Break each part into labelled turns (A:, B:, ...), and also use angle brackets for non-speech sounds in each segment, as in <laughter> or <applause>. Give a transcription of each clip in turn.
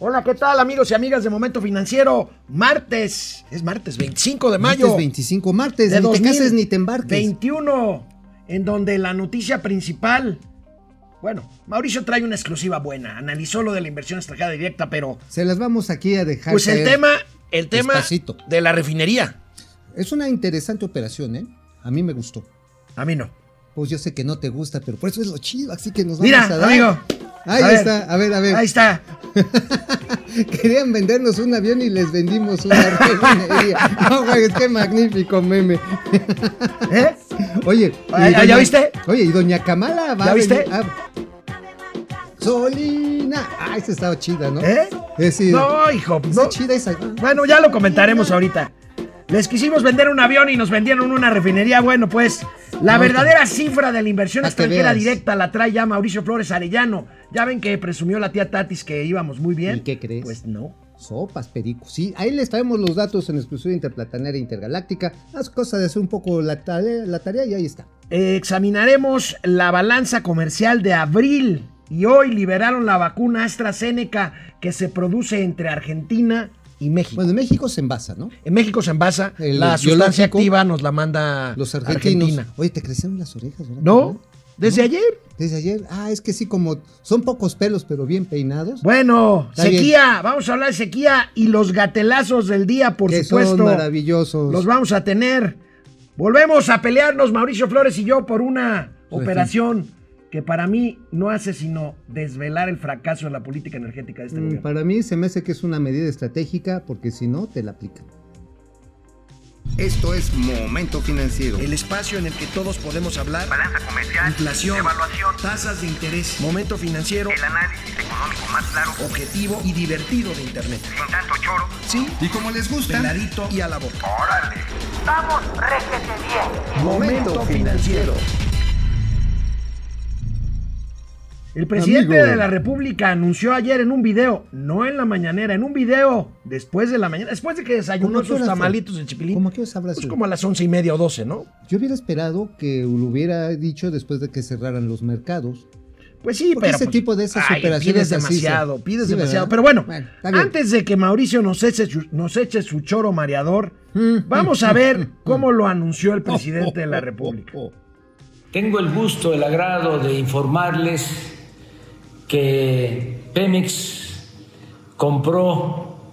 A: Hola, ¿qué tal amigos y amigas de Momento Financiero? Martes, es martes 25 de mayo.
B: Martes 25, Este martes,
A: de
B: ni te
A: 2000,
B: cases ni te embarques.
A: 21, en donde la noticia principal... Bueno, Mauricio trae una exclusiva buena. Analizó lo de la inversión extranjera directa, pero...
B: Se las vamos aquí a dejar.
A: Pues el
B: caer.
A: tema, el tema
B: Despacito.
A: de la refinería.
B: Es una interesante operación, ¿eh? A mí me gustó.
A: A mí no.
B: Pues yo sé que no te gusta, pero por eso es lo chido, así que nos vamos
A: Mira,
B: a dar.
A: amigo.
B: Ahí
A: A ver,
B: está, a ver, a ver. <laughs>
A: Ahí está.
B: Querían vendernos un avión y les vendimos una <laughs> refinería. No, güey, es que magnífico meme.
A: ¿Eh?
B: Oye, y
A: Ah, ¿ya viste?
B: Oye, y doña Kamala va
A: ¿Ya
B: a venir-
A: viste?
B: ah. Solina. Ah, esa estaba chida, ¿no?
A: ¿Eh?
B: Eh, sí.
A: No, hijo.
B: Está
A: no.
B: chida esa.
A: Bueno, ya lo comentaremos ahorita. Les quisimos vender un avión y nos vendieron una refinería. Bueno, pues la
B: No,
A: verdadera cifra de la inversión
B: para que
A: extranjera
B: veas.
A: directa la trae ya Mauricio Flores Arellano. Ya ven que presumió la tía Tatis que íbamos muy bien.
B: ¿Y qué crees?
A: Pues no.
B: Sopas, perico. Sí, ahí les traemos los datos en exclusiva interplatanera e intergaláctica. Haz cosa de hacer un poco la tarea, la tarea y ahí está.
A: Eh, examinaremos la balanza comercial de abril y hoy liberaron la vacuna AstraZeneca que se produce entre Argentina y México.
B: Bueno, en México se envasa, ¿no?
A: en México se envasa,
B: Pues, El
A: la sustancia
B: biológico,
A: activa nos la manda
B: Los argentinos.
A: Argentina.
B: Oye, te crecieron las orejas, ¿verdad?
A: ¿No? Desde
B: No.
A: ayer.
B: Desde ayer. Ah, es que sí, como son pocos pelos, pero bien peinados.
A: Bueno,
B: Está
A: sequía, vamos a hablar de sequía y los gatelazos del día, por
B: que
A: supuesto.
B: son maravillosos.
A: Los vamos a tener. Volvemos a pelearnos, Mauricio Flores y yo, por una
B: Pues,
A: operación que para mí no hace sino desvelar el fracaso de la política energética de este
B: Mm,
A: gobierno.
B: Para mí se me hace que es una medida estratégica porque si no, te la aplican.
C: Esto es Momento Financiero.
A: El espacio en el que todos podemos hablar. Balanza comercial. Inflación. Evaluación. Tasas de interés. Momento financiero. El análisis económico más claro. Objetivo y divertido de Internet. Sin tanto choro. Sí.
C: Y como les gusta,
A: Peladito y a la boca.
D: Vamos, réjete bien.
A: Momento financiero. El presidente
B: Amigo.
A: de la República anunció ayer en un video, no en la mañanera, en un video después de la mañana, después de que
B: ¿Cómo a
A: desayunó
B: qué
A: sus
B: hora fue?
A: tamalitos de chipilín.
B: ¿Cómo a qué hora hablas
A: Pues
B: tú?
A: como a las once y media o doce, ¿no?
B: Yo hubiera esperado que lo hubiera dicho después de que cerraran los mercados.
A: Pues sí,
B: Porque
A: pero.
B: ese
A: pues,
B: tipo de esas operaciones
A: Pides
B: así se-
A: demasiado, pides
B: Sí, ¿verdad?
A: demasiado. Pero bueno,
B: Bueno, está bien.
A: antes de que Mauricio nos eche, su, nos eche su choro mareador,
B: Mm.
A: vamos a
B: <laughs>
A: ver cómo lo anunció el presidente de la República.
E: Tengo el gusto, el agrado de informarles que Pemex compró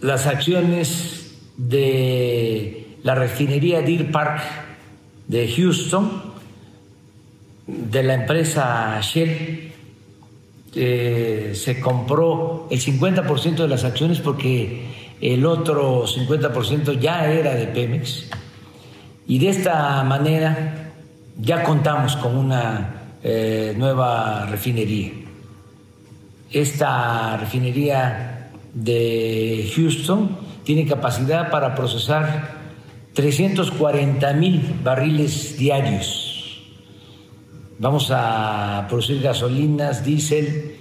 E: las acciones de la refinería Deer Park de Houston, de la empresa Shell. Eh, se compró el 50% de las acciones porque el otro 50% ya era de Pemex. Y de esta manera ya contamos con una eh, nueva refinería. Esta refinería de Houston tiene capacidad para procesar 340 mil barriles diarios. Vamos a producir gasolinas, diésel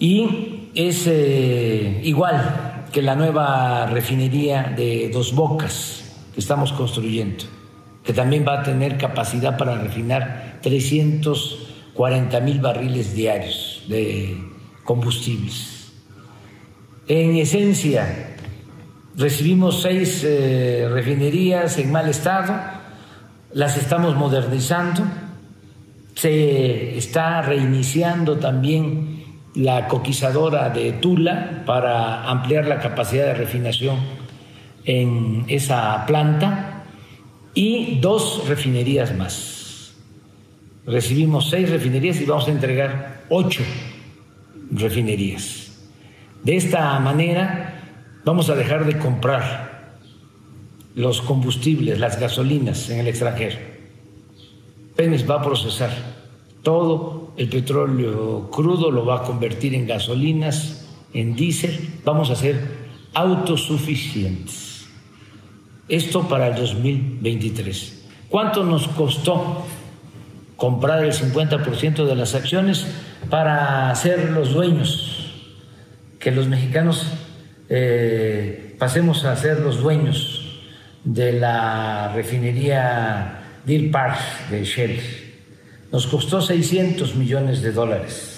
E: y es eh, igual que la nueva refinería de Dos Bocas que estamos construyendo, que también va a tener capacidad para refinar 340 mil barriles diarios de combustibles. En esencia, recibimos seis eh, refinerías en mal estado, las estamos modernizando se está reiniciando también la coquizadora de Tula para ampliar la capacidad de refinación en esa planta y dos refinerías más. Recibimos seis refinerías y vamos a entregar ocho refinerías. De esta manera vamos a dejar de comprar los combustibles, las gasolinas en el extranjero. Pemex va a procesar todo el petróleo crudo, lo va a convertir en gasolinas, en diésel, vamos a ser autosuficientes. Esto para el 2023. ¿Cuánto nos costó comprar el 50% de las acciones para ser los dueños? Que los mexicanos eh, pasemos a ser los dueños de la refinería Deer Park de Shell. Nos costó 600 millones de dólares.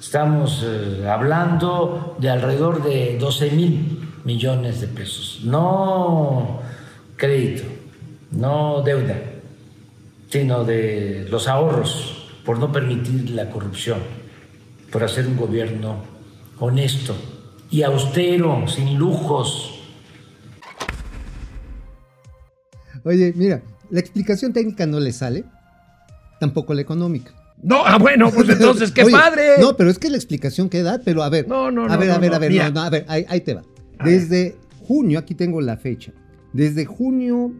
F: Estamos eh, hablando de alrededor de 12 mil millones de pesos. No crédito, no deuda, sino de los ahorros por no permitir la corrupción, por hacer un gobierno honesto y austero, sin lujos.
B: Oye, mira, la explicación técnica no le sale, tampoco la económica.
A: No, ah, bueno, pues entonces, qué
B: <laughs> Oye,
A: padre.
B: No, pero es que la explicación que da, pero a ver.
A: No, no, no,
B: A ver,
A: no,
B: a ver,
A: no,
B: a ver,
A: mira.
B: no, no, a ver, ahí, ahí te va. Desde junio, aquí tengo la fecha. Desde junio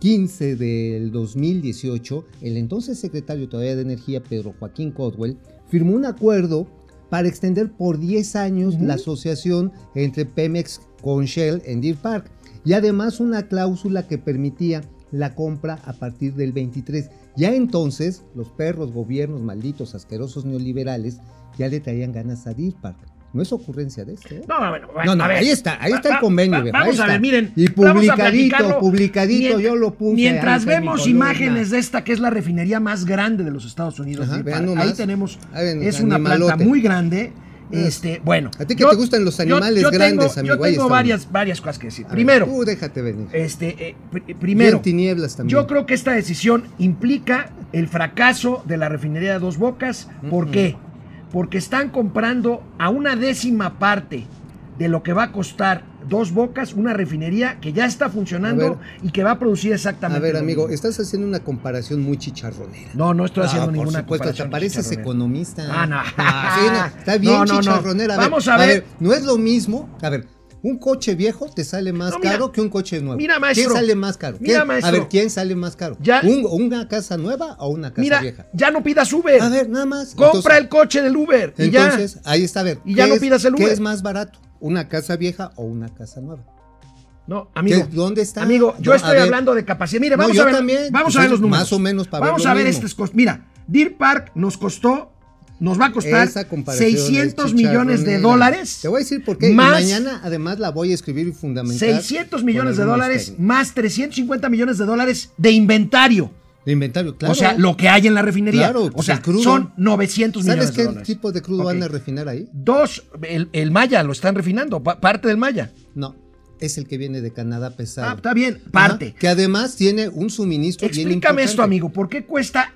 B: 15 del 2018, el entonces secretario todavía de Energía, Pedro Joaquín Codwell, firmó un acuerdo para extender por 10 años la asociación entre Pemex con Shell en Deer Park y además una cláusula que permitía la compra a partir del 23. Ya entonces, los perros, gobiernos, malditos, asquerosos neoliberales, ya le traían ganas a Deer Park. No es ocurrencia de este. ¿eh?
A: No, bueno, bueno,
B: No, no,
A: a ver.
B: ahí está, ahí está el
A: Va-
B: convenio.
A: va-
B: viejo, ahí
A: vamos a
B: está.
A: ver, miren.
B: Y
A: vamos a
B: publicadito,
A: platicarlo
B: publicadito,
A: mien-
B: yo lo puse.
A: Mientras
B: ahí está en mi
A: vemos
B: columna.
A: imágenes de esta, que es la refinería más grande de los Estados Unidos.
B: Ajá,
A: Deer
B: vean
A: Park.
B: nomás.
A: Ahí tenemos,
B: Ahí ven,
A: es una planta
B: animalote. Ah.
A: muy grande. Este, bueno.
B: A ti que te gustan los animales
A: tengo-
B: grandes, amigo,
A: Yo tengo
B: ahí estamos.
A: varias, varias cosas que decir.
B: A ver,
A: Primero,
B: Tú déjate venir.
A: este, eh, pr-
B: Primero.
A: primero,
B: tinieblas también.
A: yo creo que esta decisión implica el fracaso de la refinería de Dos Bocas. ¿Por qué? Porque están comprando a una décima parte de lo que va a costar Dos Bocas una refinería que ya está
B: A
A: funcionando
B: ver.
A: y que va a producir exactamente.
B: A ver,
A: lo
B: amigo,
A: mismo.
B: estás haciendo una comparación muy chicharronera.
A: No, no estoy haciendo
B: Ah,
A: ninguna
B: Por supuesto, hasta
A: comparación
B: pareces
A: chicharronera.
B: economista.
A: Ah, no.
B: sí,
A: <laughs>
B: no, Está bien
A: No, no, no.
B: chicharronera.
A: Vamos a ver.
B: No es lo mismo. A ver. Un coche viejo te sale más
A: No, mira.
B: caro que un coche nuevo.
A: Mira, maestro.
B: ¿Quién sale más caro?
A: Mira,
B: ¿Quién-
A: maestro.
B: A ver, ¿quién sale más caro?
A: Ya-
B: ¿Un- ¿Una casa nueva o una casa
A: Mira,
B: vieja?
A: ya no pidas Uber.
B: A ver, nada más.
A: Compra
B: Entonces-
A: el coche del Uber. y ya.
B: Entonces, ahí está, a ver.
A: Y ya
B: ¿qué
A: no
B: es-
A: pidas el Uber.
B: ¿Qué es más barato? ¿Una casa vieja o una casa nueva?
A: No, amigo.
B: ¿Qué- dónde está?
A: Amigo, yo
B: No, a
A: estoy
B: ver.
A: hablando de capacidad. Mire,
B: No,
A: vamos
B: yo
A: a ver.
B: también.
A: Vamos a
B: Pues
A: ver los
B: es
A: números.
B: más o menos para ver
A: Vamos
B: lo
A: a ver
B: mismo.
A: estas cosas. Mira, Deer Park nos costó, nos va a costar
B: Esa comparación
A: 600
B: es
A: millones de
B: chicharronera.
A: dólares.
B: Te voy a decir por qué. y
A: Más
B: mañana, además, la voy a escribir y fundamentar.
A: 600 millones de
B: con algunas
A: dólares,
B: técnicas.
A: más 350 millones de dólares de inventario.
B: De inventario, claro.
A: O sea, lo que hay en la refinería.
B: Claro,
A: o
B: pues
A: sea,
B: el crudo.
A: son 900
B: ¿Sabes
A: millones de
B: qué
A: dólares.
B: tipo de crudo
A: Ok.
B: van a refinar ahí?
A: Dos, el, el Maya lo están refinando, pa- parte del Maya.
B: No, es el que viene de Canadá pesado.
A: Ah, está bien,
B: Ajá,
A: parte.
B: que además tiene un suministro bien
A: Explícame esto,
B: importante.
A: amigo. ¿Por qué cuesta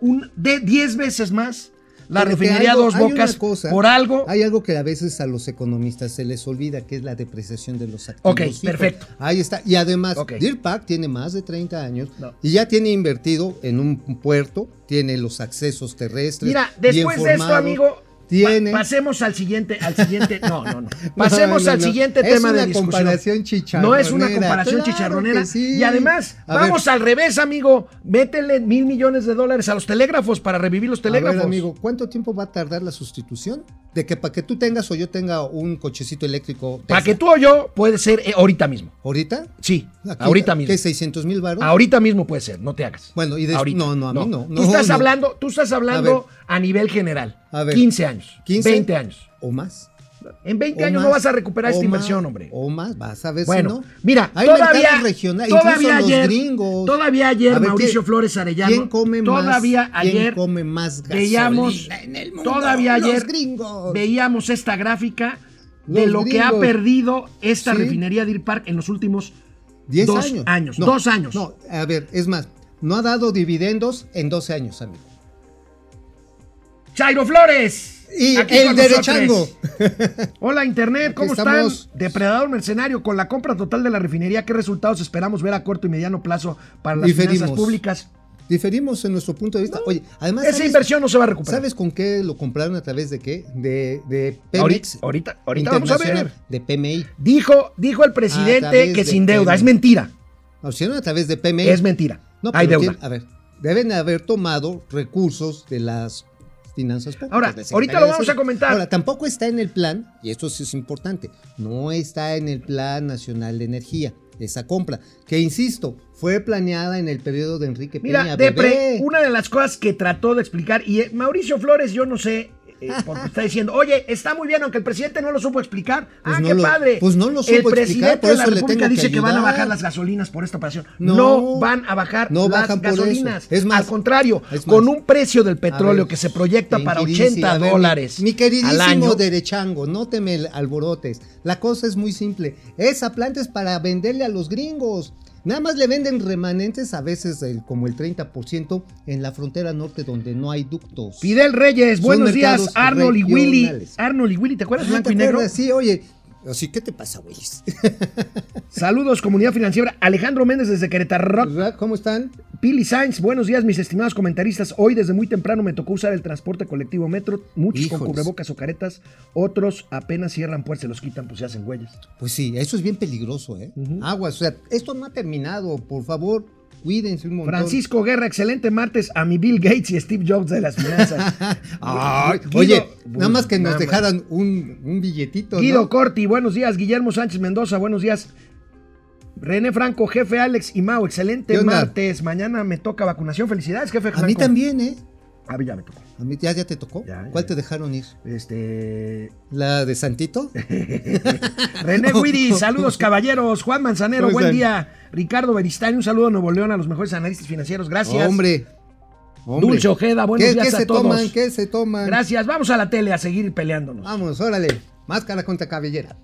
A: un de 10 veces más la
B: Porque
A: refinería
B: algo-
A: Dos
B: hay una
A: Bocas
B: cosa-
A: por algo?
B: Hay algo que a veces a los economistas se les olvida, que es la depreciación de los activos.
A: Ok,
B: fijos.
A: perfecto.
B: Ahí está. Y además,
A: Ok.
B: Deer Park tiene más de 30 años
A: No.
B: y ya tiene invertido en un puerto, tiene los accesos terrestres.
A: Mira,
B: bien
A: después de esto,
B: formados,
A: amigo,
B: Tiene.
A: pa- pasemos al siguiente, al siguiente, no, no, no.
B: <laughs> No,
A: Pasemos
B: no,
A: al
B: no.
A: siguiente
B: Es
A: tema de
B: una
A: discusión.
B: comparación chicharronera.
A: No es una comparación
B: Claro
A: chicharronera.
B: que sí.
A: Y además,
B: A
A: vamos
B: ver.
A: al revés, amigo. Métele mil millones de dólares a los telégrafos para revivir los
B: A ver,
A: telégrafos.
B: amigo, ¿cuánto tiempo va a tardar la sustitución? De que para que tú tengas o yo tenga un cochecito eléctrico.
A: Para que
B: Tesla.
A: tú o yo puede ser eh, ahorita mismo.
B: ¿Ahorita?
A: Sí,
B: Aquí,
A: ahorita mismo.
B: ¿Qué, 600 mil baros?
A: Ahorita mismo puede ser, no te hagas.
B: Bueno, y des-
A: Ahorita.
B: no, no, a mí no,
A: Tú
B: no,
A: estás
B: no.
A: hablando, tú estás hablando a, nivel general.
B: A ver.
A: 15 años,
B: 15,
A: 20 años.
B: ¿O más?
A: En 20
B: o
A: años no
B: más,
A: vas a recuperar
B: o
A: esta
B: más,
A: inversión, hombre.
B: O más, vas a ver
A: Bueno,
B: si no.
A: mira,
B: Hay
A: todavía,
B: mercados regionales,
A: todavía
B: incluso
A: ayer,
B: los gringos.
A: todavía ayer,
B: A ver,
A: Mauricio
B: ¿quién-
A: Flores Arellano,
B: ¿Quién come más?
A: todavía
B: ¿quién
A: ayer
B: come más gasolina
A: veíamos,
B: en el mundo?
A: todavía
B: Los
A: ayer
B: gringos.
A: veíamos esta gráfica de
B: Los
A: lo que ha
B: gringos.
A: perdido esta
B: Sí.
A: refinería Deer Park en los últimos
B: ¿Diez
A: dos
B: años.
A: años,
B: No,
A: dos años.
B: No, a ver, es más, no ha dado dividendos en 12 años, amigo.
A: Chairo Flores.
B: Y
A: aquí
B: el
A: con nosotros.
B: derechango.
A: Hola Internet, ¿cómo
B: Aquí
A: están?
B: estamos.
A: Depredador mercenario, con la compra total de la refinería, ¿qué resultados esperamos ver a corto y mediano plazo para las
B: Diferimos.
A: finanzas públicas?
B: Diferimos en nuestro punto de vista. Oye, además.
A: Esa
B: ¿sabes-
A: inversión no se va a recuperar.
B: ¿Sabes con qué lo compraron a través de qué? De, de Pemex.
A: Ahorita, ahorita, ahorita vamos a ver.
B: Internacional, De PMI.
A: Dijo, dijo el
B: A
A: presidente
B: través
A: que
B: Ah, de
A: sin deuda.
B: Pemex.
A: Es mentira.
B: Lo hicieron a través de PMI.
A: Es mentira.
B: No,
A: Hay
B: pero
A: deuda.
B: ¿quién? a ver, deben haber tomado recursos de las finanzas públicas.
A: Ahora,
B: de Secretaría
A: ahorita lo
B: de
A: vamos
B: Hacienda.
A: a comentar.
B: Ahora, tampoco está en el plan, y esto sí es importante, no está en el Plan Nacional de Energía, esa compra, que insisto, fue planeada en el periodo de Enrique
A: Mira,
B: Peña.
A: Depre,
B: bebé.
A: una de las cosas que trató de explicar, y eh, Mauricio Flores, yo no sé eh, porque está diciendo, oye, está muy bien, aunque el presidente no lo supo explicar.
B: Pues
A: ah,
B: no
A: qué
B: lo-
A: padre.
B: pues no lo supo
A: El
B: explicar,
A: presidente
B: por
A: de la
B: eso le
A: República
B: tengo que
A: dice que, van a
B: ayudar.
A: bajar las gasolinas por esta operación.
B: No,
A: No, van a bajar
B: no
A: las
B: bajan por eso.
A: gasolinas.
B: Es más,
A: Al contrario,
B: es más.
A: con un precio del
B: A
A: petróleo
B: ver,
A: que se proyecta para
B: queridísimo,
A: 80
B: a ver,
A: dólares
B: Mi
A: al
B: queridísimo
A: año.
B: derechango, no te me alborotes. La cosa es muy simple. Esa planta es para venderle a los gringos. Nada más le venden remanentes, a veces el- como el 30%, en la frontera norte donde no hay ductos.
A: Fidel Reyes,
B: Son
A: buenos días,
B: mercados
A: Arnold y Willy.
B: regionales.
A: Arnold y Willy, ¿te acuerdas?
B: Ah,
A: Blanco
B: ¿te
A: y negro.
B: acuerdas? Sí, oye. Así, ¿qué te pasa, güey? <laughs>
A: Saludos, comunidad financiera. Alejandro Méndez desde Querétaro.
B: ¿Cómo están?
A: Pili Sainz, buenos días, mis estimados comentaristas. Hoy desde muy temprano me tocó usar el transporte colectivo metro. Muchos con
B: Híjoles.
A: cubrebocas o caretas, otros apenas cierran puertas, se los quitan, pues se hacen huellas.
B: Pues sí, eso es bien peligroso, ¿eh?
A: Ujú.
B: Aguas, o sea, esto no ha terminado. Por favor, cuídense un montón.
A: Francisco Guerra, excelente martes a mi Bill Gates y Steve Jobs de las finanzas.
B: <laughs> Ay,
A: Guido-
B: oye, nada más que
A: Nada
B: nos
A: más.
B: dejaran un, un billetito.
A: Guido
B: ¿no?
A: Corti, buenos días. Guillermo Sánchez Mendoza, buenos días. René Franco, jefe Alex y Mau,
B: ¿Qué
A: excelente
B: onda?
A: martes. Mañana me toca vacunación. Felicidades, jefe
B: A mí
A: Franco.
B: también, ¿eh?
A: A mí ya me tocó.
B: A mí ya, ya te tocó.
A: Ya, ya.
B: ¿Cuál te dejaron ir?
A: Este.
B: ¿La de Santito? <laughs>
A: René Guidi, saludos caballeros. Juan Manzanero,
B: ¿Cómo
A: buen
B: están?
A: día. Ricardo Beristani, un saludo a Nuevo León, a los mejores analistas financieros. <laughs> Gracias.
B: Hombre. hombre.
A: Dulce Ojeda, buenos
B: ¿Qué,
A: días
B: qué
A: a
B: se
A: todos.
B: toman? ¿Qué se toman?
A: Gracias. Vamos a la tele a seguir peleándonos.
B: Vamos, órale. Máscara contra cabellera.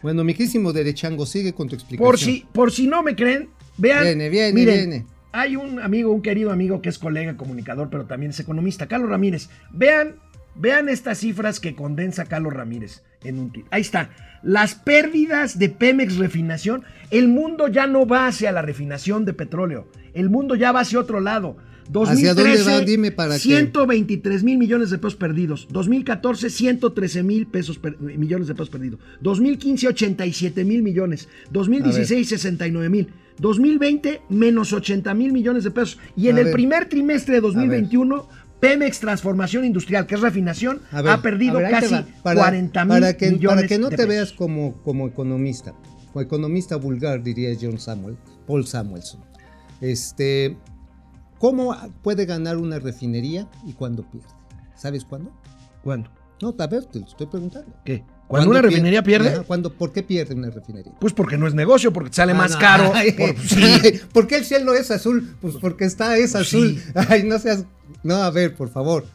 B: Bueno, mi querísimo Derechango, sigue con tu explicación.
A: Por si, por si no me creen, vean.
B: Viene, viene,
A: miren,
B: viene.
A: Hay un amigo, un querido amigo que es colega comunicador, pero también es economista, Carlos Ramírez. Vean, vean estas cifras que condensa Carlos Ramírez en un tuit. Ahí está. Las pérdidas de Pemex refinación. El mundo ya no va hacia la refinación de petróleo. El mundo ya va hacia otro lado.
B: ¿Hacia dónde
A: 2013,
B: va? Dime para qué.
A: 123 mil millones de pesos perdidos. 2014, 113 mil pesos per- millones de pesos perdidos. 2015, 87 mil millones. 2016, 69 mil. 2020, menos 80 mil millones de pesos. Y en
B: A
A: el
B: ver.
A: primer trimestre de 2021, Pemex Transformación Industrial, que es refinación,
B: A ver,
A: ha perdido
B: a ver, ahí te
A: casi
B: va.
A: 40 mil
B: para que,
A: millones
B: Para que no
A: de
B: te
A: pesos.
B: veas como, como economista, o economista vulgar, diría John Samuel, Paul Samuelson. Este, ¿Cómo puede ganar una refinería y cuándo pierde? ¿Sabes cuándo?
A: ¿Cuándo?
B: No, a ver, te lo estoy preguntando.
A: ¿Qué? ¿Cuando una
B: ¿Cuándo
A: refinería
B: Ajá,
A: pierde?
B: ¿cuándo, ¿Por qué pierde una refinería?
A: Pues porque no es negocio, porque te sale más
B: Ah, no.
A: caro.
B: <laughs> Ay,
A: por- <laughs>
B: ay, ¿Por qué el cielo es azul? Pues porque está es azul. Ay, no seas. No, a ver, por favor.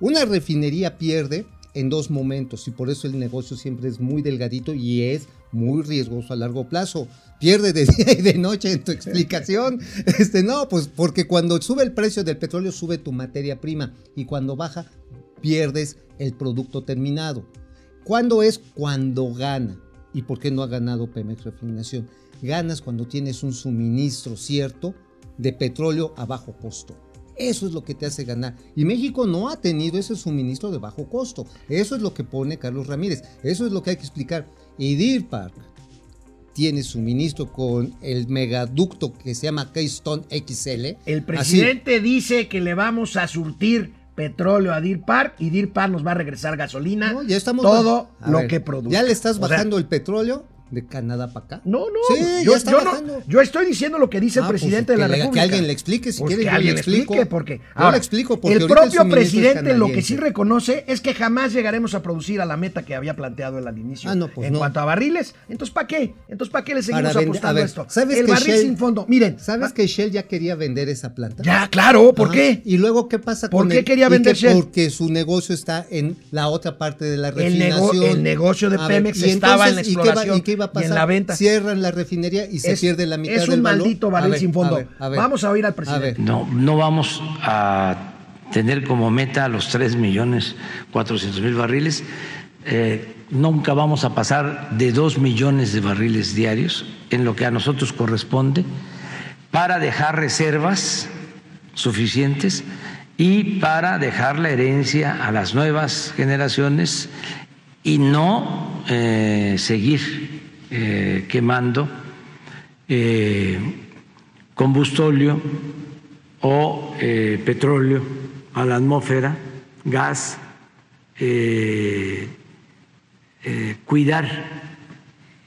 B: Una refinería pierde en dos momentos y por eso el negocio siempre es muy delgadito y es muy riesgoso a largo plazo. Pierde de <laughs> día y de noche en
A: <laughs>
B: tu explicación. Este, no, pues porque cuando sube el precio del petróleo sube tu materia prima y cuando baja pierdes el producto terminado. ¿Cuándo es? Cuando gana. ¿Y por qué no ha ganado Pemex Refinación? Ganas cuando tienes un suministro cierto de petróleo a bajo costo. Eso es lo que te hace ganar. Y México no ha tenido ese suministro de bajo costo. Eso es lo que pone Carlos Ramírez. Eso es lo que hay que explicar. Y Deer Park tiene suministro con el megaducto que se llama Keystone XL.
A: El
B: Así-
A: presidente dice que le vamos a surtir petróleo a Deer Park y Deer Park nos va a regresar gasolina.
B: No, ya estamos
A: todo
B: A
A: lo
B: ver,
A: que produce.
B: Ya le estás
A: O sea,
B: bajando el petróleo de Canadá para acá.
A: no, no.
B: Sí,
A: yo,
B: ya está
A: yo no-
B: bajando.
A: yo estoy diciendo lo que dice
B: Ah,
A: el
B: pues,
A: presidente de la
B: que le-
A: República.
B: Que alguien le explique, si
A: Pues
B: quiere
A: que
B: yo le
A: alguien le
B: explico.
A: explique, porque
B: Yo
A: ahora,
B: le explico, porque
A: el
B: ahorita
A: propio
B: suministro es
A: presidente lo que sí
B: canadiense.
A: reconoce es que jamás llegaremos a producir a la meta que había planteado él al inicio.
B: Ah, no, pues
A: en
B: no.
A: cuanto a barriles, entonces ¿para qué? Entonces ¿para qué le seguimos
B: vender-
A: apostando a,
B: ver,
A: esto?
B: ¿sabes
A: el
B: que
A: barril
B: Shell-
A: sin fondo. Miren,
B: ¿Sabes
A: ah,
B: que Shell ya quería vender esa planta?
A: ya, claro, ¿por
B: Ajá.
A: qué?
B: ¿Y luego qué pasa
A: ¿Por
B: con
A: qué
B: el-
A: quería
B: y
A: vender
B: que
A: Shell?
B: Porque su negocio está en la otra parte de la
A: El nego-
B: refinación.
A: el negocio de
B: A
A: Pemex
B: y
A: estaba en la
B: ¿y qué va-
A: exploración
B: ¿Y qué iba a
A: y en
B: pasar?
A: la venta.
B: Cierran la refinería y se
A: Es-
B: pierde la mitad
A: es un
B: del valor.
A: maldito
B: A
A: barril
B: ver,
A: sin fondo.
B: a ver, a ver.
A: Vamos a oír al
B: ver.
A: presidente.
F: No, no vamos a tener como meta los 3 millones 400 mil barriles. Eh, nunca vamos a pasar de 2 millones de barriles diarios en lo que a nosotros corresponde para dejar reservas suficientes y para dejar la herencia a las nuevas generaciones y no eh, seguir eh, quemando eh, combustóleo o eh, petróleo a la atmósfera, gas, eh, eh, cuidar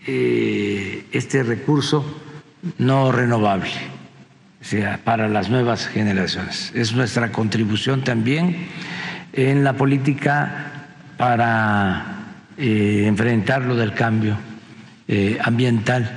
F: eh, este recurso no renovable o sea, para las nuevas generaciones. Es nuestra contribución también en la política para eh, enfrentar lo del cambio eh, ambiental.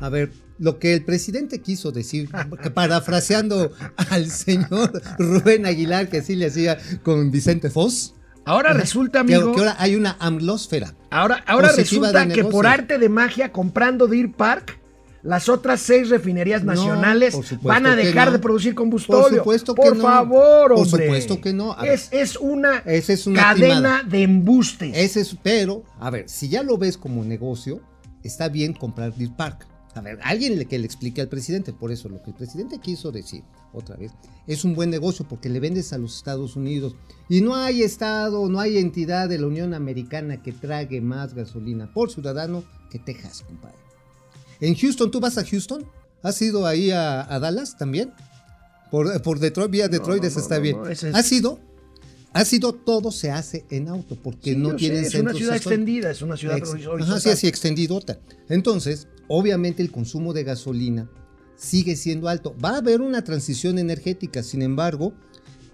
B: A ver, lo que el presidente quiso decir, parafraseando al señor Rubén Aguilar, que así le hacía con Vicente Foss.
A: Ahora resulta, amigo.
B: Que, que ahora hay una amlosfera.
A: Ahora, ahora resulta que por arte de magia, comprando Deer Park, las otras seis refinerías
B: No,
A: nacionales
B: por supuesto
A: van a
B: que
A: dejar
B: no.
A: de producir combustible.
B: Por supuesto que no.
A: favor,
B: Por
A: hombre.
B: supuesto que no. A ver.
A: Es, es una,
B: Esa es una
A: cadena
B: timada.
A: de embustes.
B: Ese es, pero, a ver, si ya lo ves como negocio, está bien comprar Deer Park. A ver, alguien le- que le explique al presidente, por eso lo que el presidente quiso decir, otra vez, es un buen negocio porque le vendes a los Estados Unidos y no hay estado, no hay entidad de la Unión Americana que trague más gasolina por ciudadano que Texas, compadre. En Houston, ¿tú vas a Houston? ¿Has ido ahí a, a Dallas también? Por, por Detroit, vía Detroit,
A: no,
B: esa
A: no,
B: está
A: no,
B: bien.
A: no, ese es-
B: ¿Has ido? ¿Has ido? Todo se hace en auto porque
A: Sí,
B: no
A: yo
B: tienen
A: sé, es una
B: centros
A: ciudad
B: históricos.
A: extendida, es una ciudad
B: Ex-
A: horizontal.
B: Ajá, sí, así extendidota. Entonces, obviamente el consumo de gasolina sigue siendo alto. Va a haber una transición energética, sin embargo,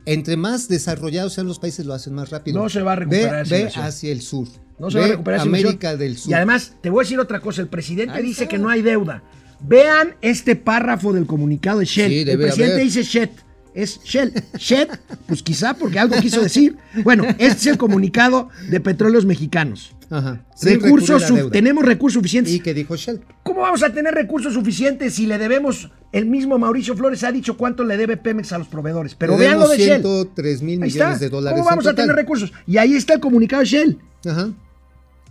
B: entre más desarrollados sean los países, lo hacen más rápido.
A: No se va a recuperar
B: Ve,
A: esa
B: ve
A: inversión.
B: hacia el sur.
A: No se
B: Ve
A: va a recuperar esa
B: América
A: inversión.
B: del Sur.
A: Y además, te voy a decir otra cosa. El presidente
B: Ahí
A: dice
B: está.
A: que no hay deuda. Vean este párrafo del comunicado de Shell.
B: Sí,
A: el
B: debe
A: presidente
B: haber.
A: dice Shell. Es Shell. Shell, pues quizá porque algo quiso decir. Bueno, este es el comunicado de Petróleos Mexicanos.
B: Ajá. Sin
A: Recursos,
B: recurrir a
A: su-
B: deuda.
A: tenemos recursos suficientes.
B: Y que dijo Shell.
A: ¿Cómo vamos a tener recursos suficientes si le debemos? El mismo Mauricio Flores ha dicho cuánto le debe Pemex a los proveedores. Pero
B: Le
A: vean lo
B: debemos
A: de Shell.
B: 103 mil
A: Ahí
B: millones
A: está.
B: de dólares.
A: ¿Cómo vamos
B: en
A: a tener
B: total.
A: recursos? Y ahí está el comunicado de Shell.
B: Ajá.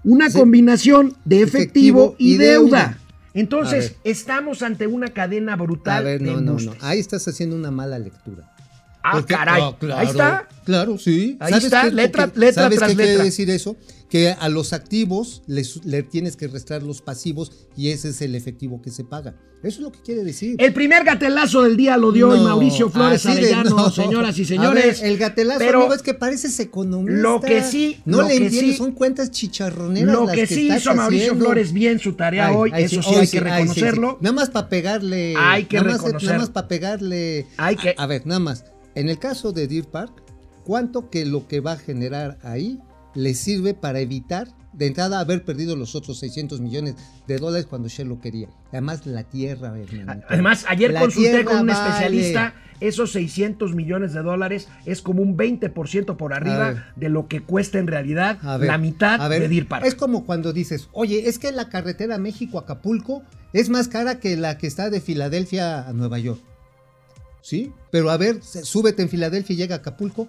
A: Una
B: Sí.
A: combinación de efectivo,
B: Efectivo
A: y
B: y
A: deuda.
B: deuda. A
A: Entonces,
B: ver.
A: estamos ante una cadena brutal
B: A ver,
A: de
B: no, no, no.
A: embustes.
B: Ahí estás haciendo una mala lectura.
A: Ah,
B: Porque-
A: caray.
B: Ah, claro,
A: Ahí está.
B: Claro, sí.
A: Ahí está,
B: qué-
A: letra-
B: porque-
A: letra
B: ¿Sabes
A: tras
B: qué quiere
A: letra.
B: decir eso? Que a los activos les, le tienes que restar los pasivos y ese es el efectivo que se paga. Eso es lo que quiere decir.
A: El primer gatelazo del día lo dio
B: No,
A: hoy Mauricio Flores
B: así de
A: Arellano,
B: no.
A: señoras y
B: A
A: señores.
B: ver, el gatelazo,
A: Pero
B: amigo, es que pareces economista.
A: lo que sí,
B: No
A: lo
B: le
A: que
B: entiendes,
A: sí-
B: son cuentas chicharroneras
A: lo
B: las
A: que sí
B: estás
A: hizo Mauricio
B: haciendo.
A: Flores bien su tarea
B: Ay,
A: hoy,
B: ay,
A: eso sí,
B: hoy
A: hay que
B: ay, sí, sí.
A: reconocerlo.
B: Nada más para pegarle.
A: Hay que
B: nada más-
A: reconocerlo.
B: Nada más para pegarle.
A: Hay
B: Hay
A: que-
B: que. A, a ver, nada más. En el caso de Deer Park, ¿cuánto que lo que va a generar ahí le sirve para evitar de entrada haber perdido los otros 600 millones de dólares cuando Shell lo quería? Además, la tierra, hermano.
A: Además, ayer
B: La
A: consulté
B: tierra
A: con un
B: vale.
A: especialista, esos 600 millones de dólares es como un 20% por
B: A ver.
A: arriba de lo que cuesta en realidad
B: A ver,
A: la mitad
B: a ver,
A: de Deer Park.
B: Es como cuando dices, oye, es que la carretera México-Acapulco es más cara que la que está de Filadelfia a Nueva York. ¿Sí? Pero a ver, se- súbete en Filadelfia y llega a Acapulco.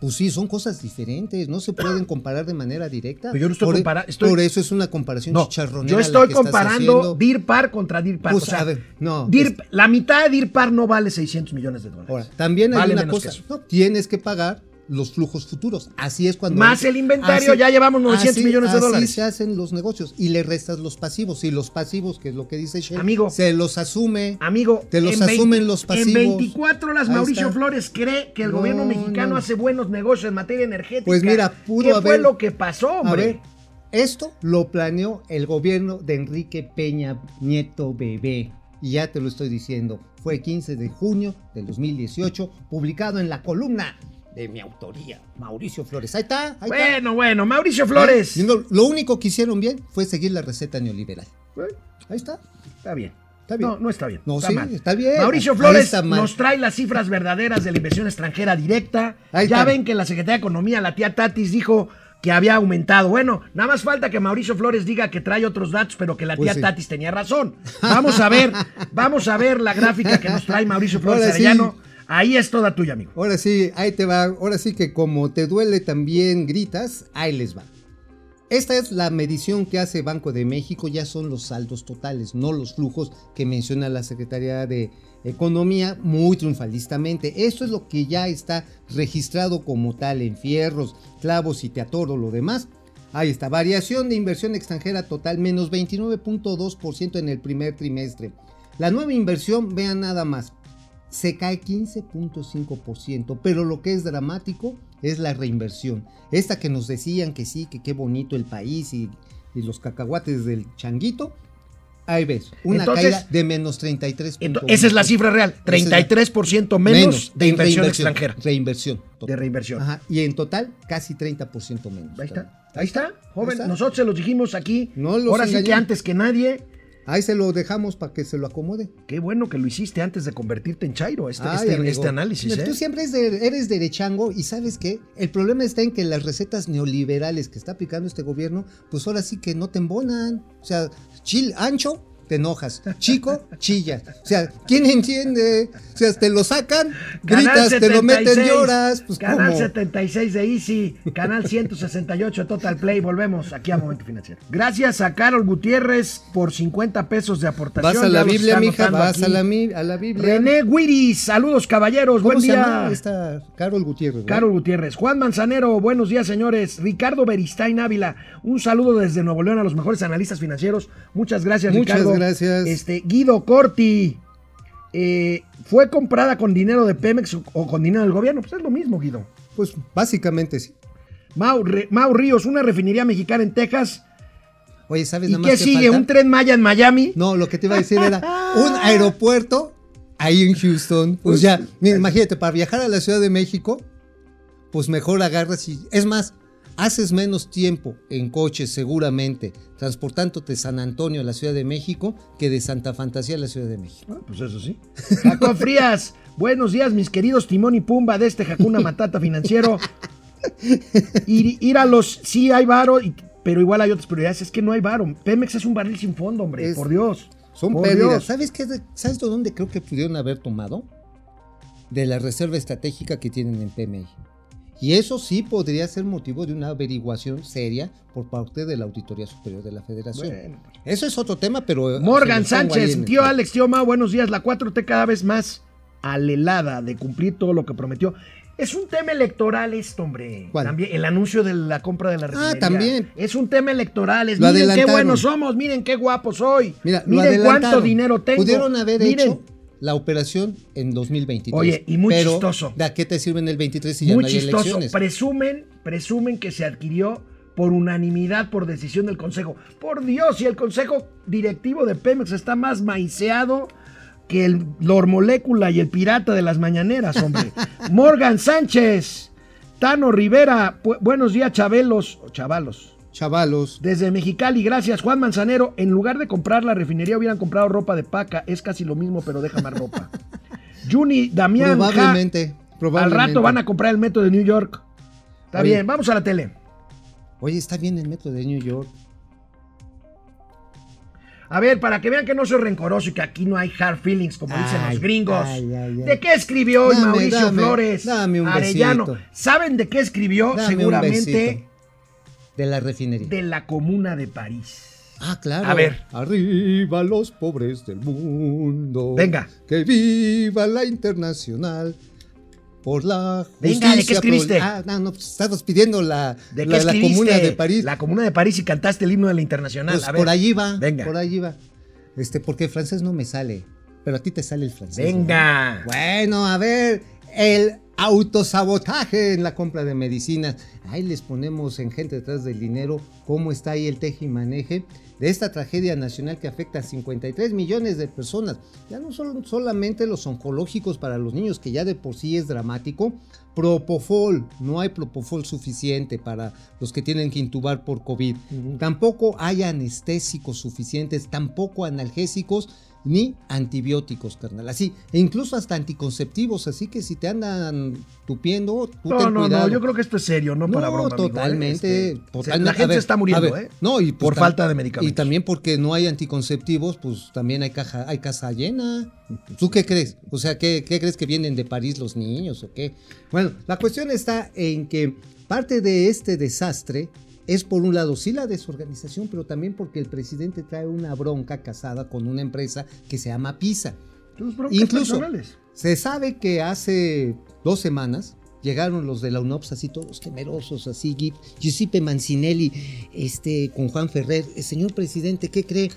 B: Pues sí, son cosas diferentes, no se pueden comparar de manera directa.
A: Pero yo no estoy
B: por, e-
A: compara- estoy-
B: por eso es una comparación
A: No,
B: chicharronera.
A: yo
B: la
A: estoy
B: que estás
A: comparando
B: haciendo.
A: Deer Park contra Deer Park.
B: Pues,
A: o sea,
B: a ver, no,
A: Deer-
B: es-
A: la mitad de Deer Park no vale 600 millones de dólares.
B: Ahora, también hay
A: Pues, Vale
B: una
A: menos
B: cosa,
A: que eso.
B: ¿no? tienes que pagar los flujos futuros. Así es cuando...
A: Más el inventario, ya llevamos 900 millones de dólares.
B: Así se hacen los negocios y le restas los pasivos. Y los pasivos, que es lo que dice Shell,
A: Amigo.
B: se los asume.
A: Amigo,
B: Te los
A: en veinte-
B: asumen los pasivos.
A: En 24 horas
B: Ahí
A: Mauricio
B: está.
A: Flores cree que el
B: No,
A: gobierno mexicano
B: no.
A: hace buenos negocios en materia energética.
B: Pues mira, pudo
A: ¿Qué fue
B: haber-
A: lo que pasó, hombre?
B: A ver, esto lo planeó el gobierno de Enrique Peña Nieto Bebé. Y ya te lo estoy diciendo, fue 15 de junio del 2018, publicado en la columna de mi autoría, Mauricio Flores. Ahí está, ahí está.
A: Bueno, bueno, Mauricio Flores.
B: Y no, lo único que hicieron bien fue seguir la receta neoliberal. Ahí está.
A: Está bien.
B: Está bien.
A: No, no está bien.
B: No, sí, está bien.
A: Mauricio
B: Ahí
A: Flores
B: está mal.
A: nos trae las cifras verdaderas de la inversión extranjera directa.
B: Ahí
A: ya
B: está.
A: ven que la Secretaría de Economía, la tía Tatis, dijo que había aumentado. Bueno, nada más falta que Mauricio Flores diga que trae otros datos, pero que la
B: Pues
A: tía
B: sí.
A: Tatis tenía razón. Vamos a
B: <laughs>
A: ver, vamos a ver la gráfica que nos trae Mauricio Flores
B: Ahora sí.
A: Arellano. Ahí es toda tuya, amigo.
B: Ahora sí, ahí te va. Ahora sí que como te duele también gritas, ahí les va. Esta es la medición que hace Banco de México, ya son los saldos totales, no los flujos que menciona la Secretaría de Economía muy triunfalistamente. Esto es lo que ya está registrado como tal en fierros, clavos y te atoro, lo demás. Ahí está, variación de inversión extranjera total, menos 29.2% en el primer trimestre. La nueva inversión, vean nada más, se cae 15.5%, pero lo que es dramático es la reinversión. Esta que nos decían que sí, que qué bonito el país y, y los cacahuates del changuito, Ahí ves, una
A: Entonces-
B: caída de menos 33.
A: Ento- esa es la cifra real, 33% menos, de inversión extranjera,
B: Reinversión.
A: de reinversión.
B: Ajá, y en total casi 30% menos.
A: Ahí está, ahí está, joven.
B: Ahí está.
A: Nosotros se los dijimos aquí.
B: No los
A: Ahora sí que
B: engañamos.
A: antes que nadie.
B: Ahí se lo dejamos para que se lo acomode.
A: Qué bueno que lo hiciste antes de convertirte en Chairo, este,
B: Ay,
A: este-
B: amigo.
A: este análisis.
B: Mira,
A: ¿eh?
B: Tú siempre eres, de- eres derechango y sabes qué? El problema está en que las recetas neoliberales que está aplicando este gobierno, pues ahora sí que no te embonan. O sea, chil, ancho, te enojas.
A: <laughs>
B: Chico, chillas. O sea, ¿quién entiende? O sea, te lo sacan,
A: Canal
B: gritas, te lo meten
A: 76,
B: lloras. Pues,
A: Canal
B: ¿cómo?
A: 76 de Easy, Canal 168 de Total Play. Volvemos aquí a Momento Financiero. Gracias a Carol Gutiérrez por 50 pesos de aportación.
B: Vas a
A: Ya
B: la
A: los
B: Biblia,
A: está
B: mija,
A: anotando
B: vas
A: aquí.
B: a la, mi- a la Biblia.
A: René Guiris, saludos caballeros,
B: ¿Cómo
A: buen
B: se
A: día.
B: llama esta? Carol Gutiérrez. ¿verdad?
A: Carol ¿Eh? Gutiérrez, Juan Manzanero, buenos días señores. Ricardo Beristain Ávila, un saludo desde Nuevo León a los mejores analistas financieros. Muchas gracias,
B: Muchas
A: Ricardo.
B: gracias.
A: Este, Guido Corti, eh, ¿fue comprada con dinero de Pemex o, o con dinero del gobierno? Pues es lo mismo, Guido.
B: Pues básicamente sí.
A: Mau, Re- Mau Ríos, una refinería mexicana en Texas.
B: Oye, ¿sabes
A: ¿Y
B: nada más
A: qué sigue?
B: falta?
A: ¿Un tren Maya en Miami?
B: No, lo que te iba a decir era un aeropuerto ahí en Houston. Pues ya, mira, imagínate, para viajar a la Ciudad de México, pues mejor agarras y. Es más, haces menos tiempo en coche, seguramente, transportándote de San Antonio a la Ciudad de México que de Santa Fantasía a la Ciudad de México.
A: Ah, pues eso sí. Jacob Frías, buenos días, mis queridos Timón y Pumba de este Jacuna Matata financiero. Ir, ir a los. Sí, hay varo, y- pero igual hay otras prioridades. Es que no hay varo. Pemex es un barril sin fondo, hombre,
B: Es-
A: por Dios.
B: Son
A: por
B: pérdidas.
A: Dios. ¿eh?
B: ¿Sabes, qué, es de- ¿Sabes de dónde creo que pudieron haber tomado? De la reserva estratégica que tienen en PMI. Y eso sí podría ser motivo de una averiguación seria por parte de la Auditoría Superior de la Federación.
A: Bueno,
B: Eso es otro tema, pero... eh,
A: Morgan
B: se los pongo ahí
A: Sánchez,
B: en el-
A: tío Alex, tío Ma, buenos días. La 4T cada vez más alelada de cumplir todo lo que prometió. Es un tema electoral esto, hombre.
B: ¿Cuál? Ah,
A: También el anuncio de la compra de la refinería.
B: también.
A: Es un tema electoral. Es,
B: Lo
A: miren qué
B: adelantaron.
A: buenos somos, miren qué guapo soy.
B: Mira, lo
A: miren cuánto
B: adelantaron.
A: dinero tengo.
B: Pudieron haber
A: miren,
B: hecho la operación en 2023.
A: Oye, y muy
B: pero
A: chistoso.
B: ¿De a qué te sirven el 23 si ya
A: Muy
B: no hay
A: chistoso.
B: elecciones?
A: Presumen, presumen que se adquirió por unanimidad, por decisión del Consejo. Por Dios, y el Consejo Directivo de Pemex está más maiceado que el Lor Molécula y el Pirata de las Mañaneras,
B: <laughs>
A: hombre. Morgan Sánchez, Tano Rivera, bu- buenos días, Chabelos, o chavalos.
B: Chavalos.
A: Desde Mexicali, gracias, Juan Manzanero. En lugar de comprar la refinería, hubieran comprado ropa de paca. Es casi lo mismo, pero deja más
B: <laughs>
A: ropa. Juni Damián. Ja-
B: probablemente,
A: al
B: probablemente.
A: rato van a comprar el metro de New York. Está
B: Oye.
A: bien, vamos a la tele.
B: Oye, está bien el metro de New York.
A: A ver, para que vean que no soy rencoroso y que aquí no hay hard feelings, como dicen
B: Ay,
A: los gringos.
B: ay, ay, ay.
A: ¿De qué escribió hoy
B: Dame,
A: Mauricio
B: dame,
A: Flores?
B: dame un
A: Arellano.
B: besito.
A: ¿Saben de qué escribió?
B: Dame un
A: Seguramente
B: besito. De la refinería.
A: de la comuna de París.
B: Ah, claro.
A: A ver.
B: Arriba los pobres del mundo.
A: Venga.
B: Que viva la internacional. Por la
A: Venga,
B: justicia.
A: ¿de qué escribiste?
B: pro- Ah, no, no, pues, estabas pidiendo la,
A: ¿De
B: la,
A: qué
B: la
A: escribiste?
B: comuna de París.
A: La comuna de París y cantaste el himno de la internacional.
B: Pues
A: a ver.
B: por allí va.
A: Venga.
B: Por allí va. Este, porque el francés no me sale. Pero a ti te sale el francés.
A: Venga.
B: ¿no? Bueno, a ver. El autosabotaje en la compra de medicinas. Ahí les ponemos en gente detrás del dinero cómo está ahí el teje y maneje de esta tragedia nacional que afecta a 53 millones de personas. Ya no son solamente los oncológicos para los niños, que ya de por sí es dramático. Propofol, no hay propofol suficiente para los que tienen que intubar por COVID. Tampoco hay anestésicos suficientes, tampoco analgésicos ni antibióticos, carnal. Así, e incluso hasta anticonceptivos. Así que si te andan tupiendo, tú
A: No,
B: ten
A: no,
B: cuidado.
A: no, yo creo que esto es serio, no, para broma. amigo, ¿eh?
B: totalmente,
A: Este,
B: totalmente.
A: La
B: A
A: gente
B: ver,
A: está muriendo,
B: a ver,
A: ¿eh?
B: No, y
A: Por
B: pues,
A: falta de
B: Y
A: medicamentos.
B: también porque no hay anticonceptivos, pues también hay caja, hay casa llena. ¿Tú qué crees? O sea, ¿qué, qué crees que vienen de París los niños o qué? Bueno, la cuestión está en que parte de este desastre es por un lado sí la desorganización, pero también porque el presidente trae una bronca casada con una empresa que se llama Pisa.
A: Tus broncas
B: Incluso-
A: personales.
B: Se sabe que hace dos semanas llegaron los de la UNOPS así todos temerosos, así Gi- Giuseppe Mancinelli este, con Juan Ferrer. "Eh, Señor presidente, ¿qué cree?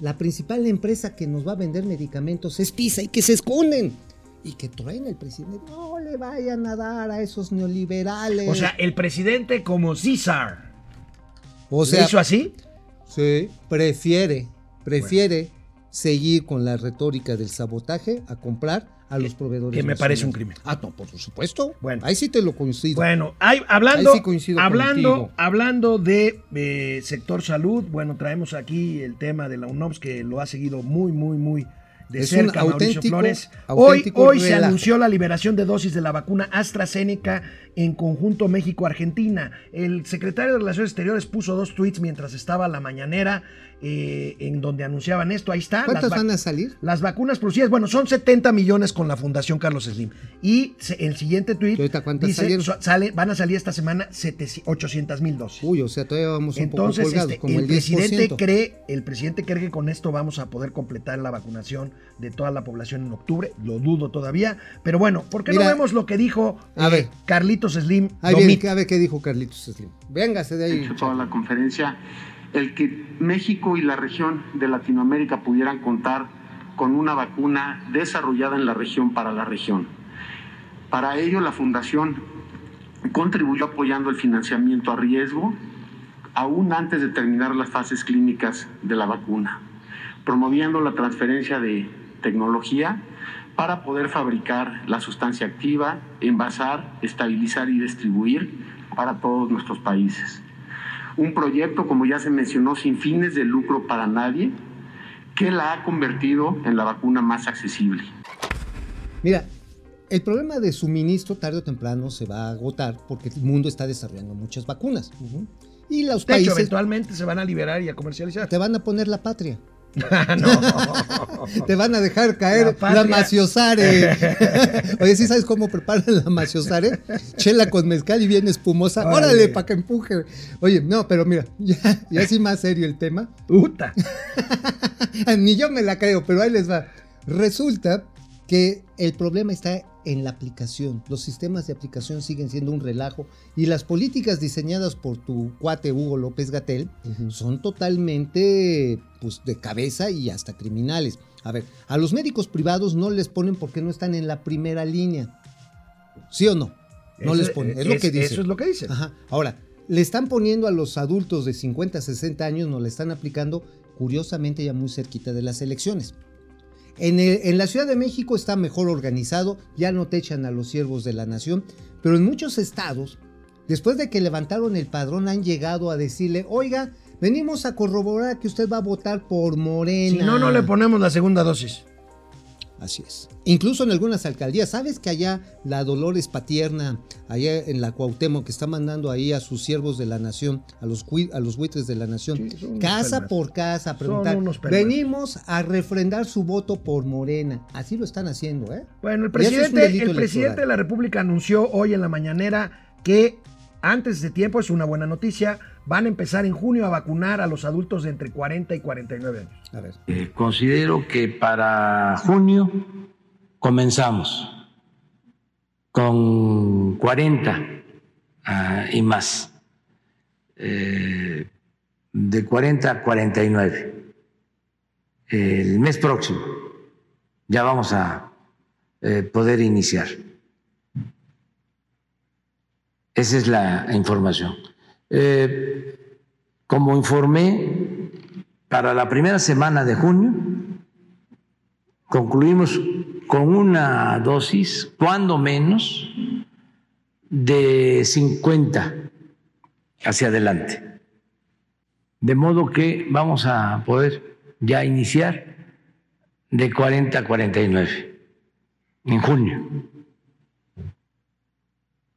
B: La principal empresa que nos va a vender medicamentos es PISA y que se esconden. Y que traen el presidente. No le vayan a dar a esos neoliberales.
A: O sea, el presidente como César.
B: Eh, O
A: ¿Lo
B: sea,
A: hizo así?
B: sí, prefiere prefiere seguir con la retórica del sabotaje a comprar a los proveedores.
A: que me parece un crimen.
B: nacionales. Ah, no, por supuesto.
A: Bueno.
B: Bueno. Ahí sí te lo coincido.
A: Bueno, hay- hablando,
B: Ahí sí coincido
A: hablando,
B: contigo.
A: hablando de eh, sector salud, bueno, traemos aquí el tema de la UNOPS que lo ha seguido muy, muy, muy de
B: Es un
A: cerca Mauricio
B: auténtico-
A: Flores.
B: auténtico
A: hoy hoy se
B: relajo.
A: anunció la liberación de dosis de la vacuna AstraZeneca en conjunto México-Argentina. El secretario de Relaciones Exteriores puso dos tweets mientras estaba la mañanera eh, en donde anunciaban esto. Ahí está.
B: ¿Cuántas
A: las vac-
B: van a salir?
A: las vacunas producidas, bueno, son 70 millones con la Fundación Carlos Slim. Y se- el siguiente tuit
B: ¿Y ahorita cuántas
A: dice,
B: salieron?
A: so- sale, van a salir esta semana 700 800 mil dosis.
B: Uy, o sea, todavía vamos un
A: Entonces,
B: Uh, poco colgados,
A: este,
B: como
A: el,
B: el,
A: presidente
B: 10%.
A: cree, el presidente cree que con esto vamos a poder completar la vacunación de toda la población en octubre. Lo dudo todavía. Pero bueno, ¿por qué no
B: Mira,
A: vemos lo que dijo
B: a
A: eh,
B: ver.
A: Carlitos Slim?
B: Ahí
A: Domit?
B: viene, a ver qué dijo Carlitos Slim. Véngase de ahí.
G: hecho toda la conferencia, el que México y la región de Latinoamérica pudieran contar con una vacuna desarrollada en la región para la región. Para ello, la Fundación contribuyó apoyando el financiamiento a riesgo aún antes de terminar las fases clínicas de la vacuna, promoviendo la transferencia de tecnología para poder fabricar la sustancia activa, envasar, estabilizar y distribuir para todos nuestros países un proyecto, como ya se mencionó, sin fines de lucro para nadie, que la ha convertido en la vacuna más accesible.
B: Mira, el problema de suministro tarde o temprano se va a agotar porque el mundo está desarrollando muchas vacunas. Y los
A: De hecho,
B: países
A: eventualmente se van a liberar y a comercializar.
B: te van a poner la patria.
A: <laughs> Ah,
B: <laughs>
A: no.
B: Te van a dejar caer
A: La
B: la,
A: patria.
B: maciosare. <laughs> Oye, ¿sí sabes cómo preparan la maciosare? Chela con mezcal y bien espumosa.
A: Órale.
B: Órale, para que empuje. Oye, no, pero mira, ya, ya sí más serio el tema.
A: Puta.
B: <laughs> Ni yo me la creo, pero ahí les va. Resulta que el problema está en la aplicación. Los sistemas de aplicación siguen siendo un relajo y las políticas diseñadas por tu cuate Hugo López Gatel son totalmente pues, de cabeza y hasta criminales. A ver, a los médicos privados no les ponen porque no están en la primera línea. ¿Sí o no?
A: Eso-
B: No les ponen. Es lo que dice.
A: Eso es lo que dice.
B: Ajá. Ahora, le están poniendo a los adultos de 50, 60 años, nos la están aplicando, curiosamente, ya muy cerquita de las elecciones. En, el- en la Ciudad de México está mejor organizado, ya no te echan a los siervos de la nación, pero en muchos estados, después de que levantaron el padrón, han llegado a decirle, oiga, venimos a corroborar que usted va a votar por Morena.
A: Si no, no le ponemos la segunda dosis.
B: Así es. Incluso en algunas alcaldías, ¿sabes que allá la Dolores Patierna, allá en la Cuauhtémoc, que está mandando ahí a sus siervos de la nación, a los, cui- a los buitres de la nación,
A: Sí, son unos
B: casa
A: pelmas.
B: por casa, a preguntar,
A: unos pelmas.
B: venimos a refrendar su voto por Morena. Así lo están haciendo, ¿eh?
A: Bueno, el
B: Y eso es un
A: presidente,
B: delito
A: el presidente de
B: electoral.
A: la República anunció hoy en la mañanera que antes de tiempo, es una buena noticia, van a empezar en junio a vacunar a los adultos de entre 40 y 49 años.
B: A ver.
F: Eh, considero que para junio comenzamos con 40 ah, y más, eh, de 40 a 49. El mes próximo ya vamos a eh, poder iniciar. Esa es la información. Eh, como informé para la primera semana de junio concluimos con una dosis, cuando menos, de 50 hacia adelante. De modo que vamos a poder ya iniciar de 40 a 49 en junio.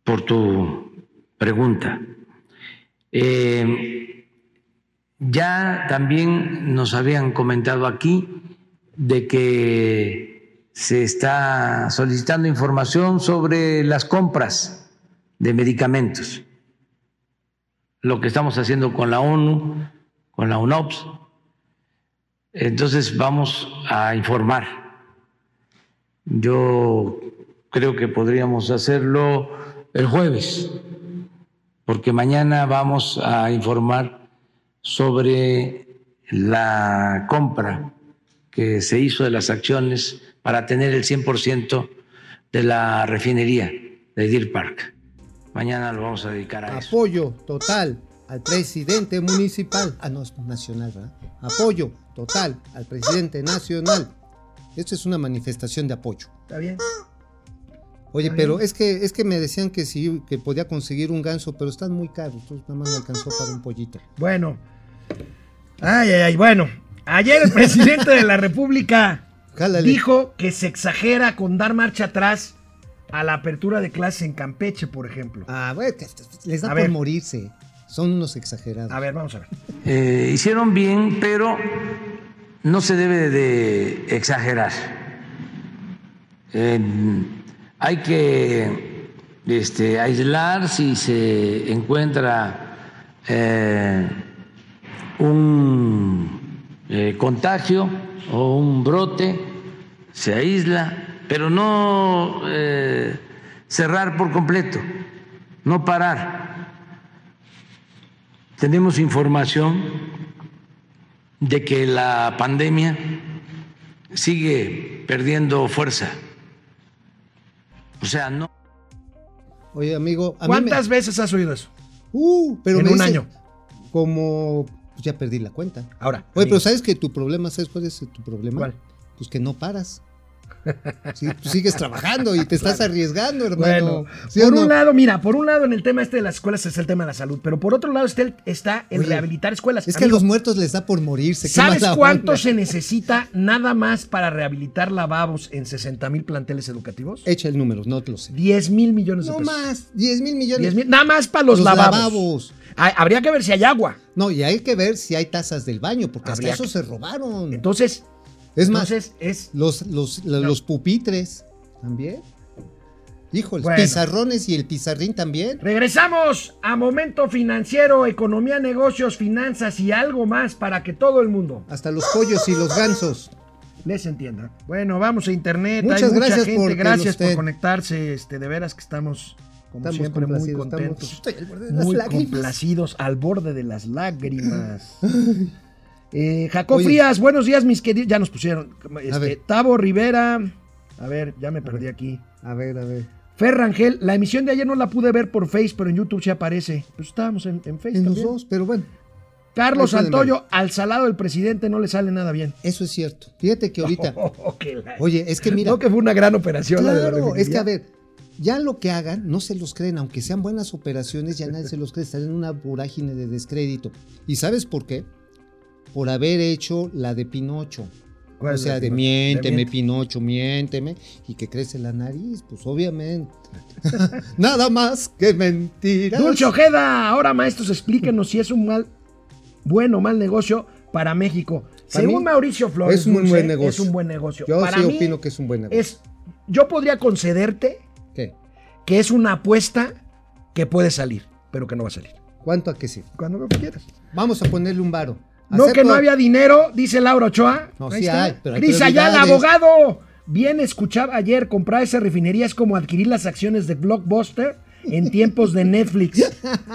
F: Por tu pregunta. Eh, ya también nos habían comentado aquí de que se está solicitando información sobre las compras de medicamentos. Lo que estamos haciendo con la ONU, con la UNOPS. Entonces vamos a informar. Yo creo que podríamos hacerlo el jueves, porque mañana vamos a informar sobre la compra que se hizo de las acciones para tener el 100% de la
B: Ah,
F: refinería de Deer Park. Mañana lo vamos a dedicar a eso.
B: Apoyo total al presidente municipal, ah, no, es nacional, ¿verdad? Apoyo total al presidente nacional. Esto es una manifestación de apoyo.
A: ¿Está bien?
B: Oye, pero es que, es que me decían que sí, que podía conseguir un ganso, pero están muy caros, entonces nada más me alcanzó para un pollito.
A: Bueno. Ay, ay, ay. Bueno, ayer el <laughs> presidente de la República
B: Jálale.
A: dijo que se exagera con dar marcha atrás a la apertura de clases en Campeche, por ejemplo.
B: Ah, bueno, que les da
A: A
B: por
A: ver.
B: morirse. Son unos exagerados.
A: A ver, vamos a ver.
F: Eh, hicieron bien, pero no se debe de exagerar. Eh, hay que este, aislar si se encuentra eh, un eh, contagio o un brote, se aísla, pero no eh, cerrar por completo, no parar tenemos información de que la pandemia sigue perdiendo fuerza. O sea, no.
B: Oye, amigo, a mí me-
A: ¿Cuántas veces has oído eso?
B: Uh, pero
A: en
B: me
A: un
B: dice-
A: año?
B: Como pues ya perdí la cuenta.
A: Ahora.
B: Oye,
A: amigo,
B: pero ¿sabes que tu problema? ¿Sabes cuál es tu problema?
A: ¿Cuál?
B: Pues que no paras. Sí, pues sigues
A: <laughs>
B: trabajando y te estás arriesgando, hermano.
A: Bueno,
B: ¿Sí o
A: por
B: no?
A: un lado, mira, por un lado en el tema este de las escuelas es el tema de la salud, pero por otro lado está el, está el
B: Oye,
A: rehabilitar escuelas.
B: es que a
A: Amigo,
B: los muertos les da por morirse. qué
A: ¿Sabes
B: mala
A: cuánto
B: onda.
A: se necesita nada más para rehabilitar lavabos en 60 mil planteles educativos?
B: Echa el número, no te lo sé.
A: 10 mil millones de
B: Eh, No
A: pesos.
B: más, 10 mil millones.
A: 10 mil- nada más para los,
B: Los
A: lavabos.
B: lavabos.
A: Ah, Habría que ver si hay agua.
B: No, y hay que ver si hay tazas del baño, porque
A: Habría
B: hasta eso
A: que-
B: se robaron.
A: Entonces,
B: Mm. es más,
A: entonces es
B: los, los, los, pupitres también. Híjole,
A: Bueno.
B: pizarrones y el pizarrín también.
A: Regresamos a Momento Financiero, Economía, Negocios, Finanzas y algo más para que todo el mundo
B: Hasta los pollos y los gansos.
A: les entienda. Bueno, vamos a internet.
B: Muchas
A: hay mucha
B: gracias
A: gente.
B: por que
A: gracias
B: usted-
A: por conectarse. Este, de veras que estamos, como
B: Estamos
A: siempre, muy
B: complacidos, estamos-
A: contentos.
B: <laughs> estoy al borde de las
A: muy
B: lágrimas.
A: complacidos, al borde de las
B: <laughs>
A: lágrimas. Eh, Jacob
B: Oye.
A: Frías, buenos días, mis queridos. Ya nos pusieron. Este,
B: ver.
A: Tavo Rivera. A ver, ya me perdí aquí.
B: A ver, a ver.
A: Ferrangel, la emisión de ayer no la pude ver por Face, pero en YouTube se aparece. Pues estábamos en, en Face
B: En los
A: también.
B: dos, pero bueno,
A: Carlos
B: Eso de
A: Santoyo, al salado del presidente no le sale nada bien. <laughs>
B: eso es cierto. Fíjate que ahorita.
A: que la-
B: Oye, es que mira.
A: No que fue una gran operación la de la
B: Claro, es que
A: refinería.
B: a ver, ya lo que hagan, no se los creen, aunque sean buenas operaciones, ya nadie se los cree, están en una vorágine de descrédito. ¿Y sabes por qué? Por haber hecho la de Pinocho.
A: ¿Cuál
B: O
A: es la
B: sea, de
A: Pinocho?
B: miénteme,
A: De miente.
B: Pinocho, miénteme. Y que crece la nariz, pues obviamente. <laughs> Nada más que mentira.
A: Dulce Ojeda, ahora maestros, explíquenos si es un mal, bueno o mal negocio para México.
B: Para
A: Según
B: mí,
A: Mauricio Flores,
B: es un
A: Dulce,
B: buen negocio.
A: Es un buen negocio.
B: Yo
A: para
B: sí
A: mí
B: opino que es un buen negocio.
A: es- yo podría concederte
B: ¿Qué?
A: que es una apuesta que puede salir, pero que no va a salir.
B: ¿Cuánto a que sí?
A: Cuando quieras.
B: Vamos a ponerle un varo.
A: No que
B: Acepto.
A: no había dinero, dice Laura Ochoa.
B: No,
A: Ahí
B: sí
A: está.
B: hay, pero hay
A: Cris Ayala,
B: prioridades.
A: abogado. Bien escuchaba ayer, comprar esa refinería es como adquirir las acciones de Blockbuster
B: <laughs>
A: en tiempos de Netflix.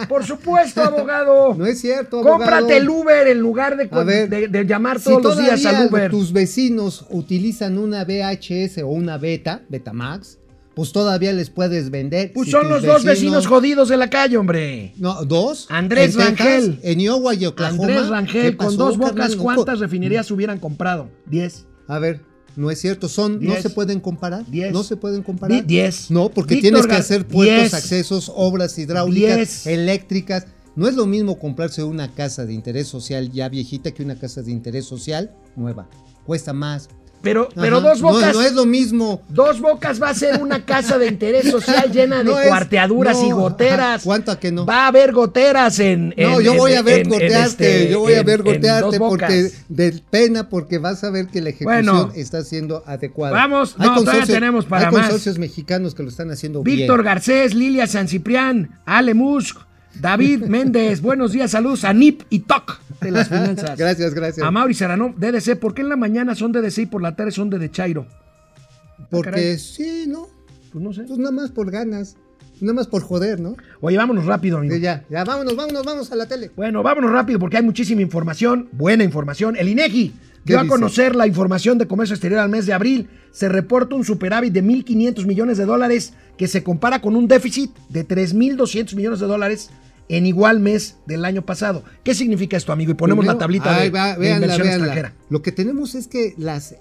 A: Por supuesto, abogado.
B: No es cierto, abogado.
A: Cómprate el Uber en lugar de,
B: A ver,
A: Pues, de- de llamar
B: Si
A: todos los días
B: todavía
A: al Uber.
B: tus vecinos utilizan una VHS o una Beta, Betamax, pues todavía les puedes vender.
A: Pues
B: Si
A: son
B: tus
A: los dos vecinos jodidos de la calle, hombre.
B: No, dos.
A: Andrés
B: En Texas,
A: Rangel.
B: En Iowa y Oklahoma.
A: Andrés
B: ¿Qué
A: Rangel, con
B: pasó,
A: dos bocas,
B: carnal? No,
A: ¿cuántas
B: co-
A: refinerías hubieran comprado? Diez.
B: A ver, no es cierto. Son, no
A: Diez.
B: se pueden comparar.
A: Diez.
B: No se pueden comparar.
A: Di- diez.
B: No, porque
A: Víctor
B: tienes que
A: Gar-
B: hacer puertos,
A: diez.
B: accesos, obras hidráulicas,
A: Diez.
B: eléctricas. No es lo mismo comprarse una casa de interés social ya viejita que una casa de interés social nueva. Cuesta más.
A: Pero, pero
B: Ajá.
A: dos
B: No,
A: bocas.
B: no es lo mismo.
A: Dos Bocas va a ser una casa de interés social llena de
B: <laughs> No es-
A: cuarteaduras y
B: no,
A: goteras.
B: ajá, ¿cuánto a que no?
A: Va a haber goteras en.
B: No,
A: en-
B: yo
A: en-
B: voy a ver
A: en- en
B: gotearte,
A: este-
B: yo voy a
A: en-
B: ver
A: en Dos
B: gotearte porque
A: Bocas.
B: de pena porque vas a ver que la ejecución
A: Bueno.
B: está siendo adecuada.
A: Vamos, no, todavía
B: consorcios-
A: tenemos para
B: hay
A: más.
B: consorcios mexicanos que lo están haciendo
A: Víctor
B: bien.
A: Garcés, Lilia San Ciprián, Ale Musk,
B: <laughs>
A: David Méndez, buenos días, saludos a Nip y Toc de las finanzas.
B: Gracias, gracias.
A: A Mauri Serrano, DDC, ¿por qué en la mañana son DDC y por la tarde son de De Chairo? Ah,
B: porque
A: caray.
B: sí, no,
A: Pues no sé.
B: pues nada más por ganas, nada más por joder, ¿no?
A: Oye, vámonos rápido, amigo.
B: Sí, ya, ya vámonos, vámonos, vámonos a la tele.
A: Bueno, vámonos rápido porque hay muchísima información, buena información. El INEGI dio a
B: dice?
A: conocer la información de comercio exterior al mes de abril. Se reporta un superávit de 1.500 millones de dólares que se compara con un déficit de 3.200 millones de dólares en igual mes del año pasado. ¿Qué significa esto, amigo? Y ponemos
B: Primero,
A: la tablita
B: ahí
A: de,
B: va,
A: de
B: véanla,
A: inversión
B: véanla.
A: extranjera.
B: Lo que tenemos es que las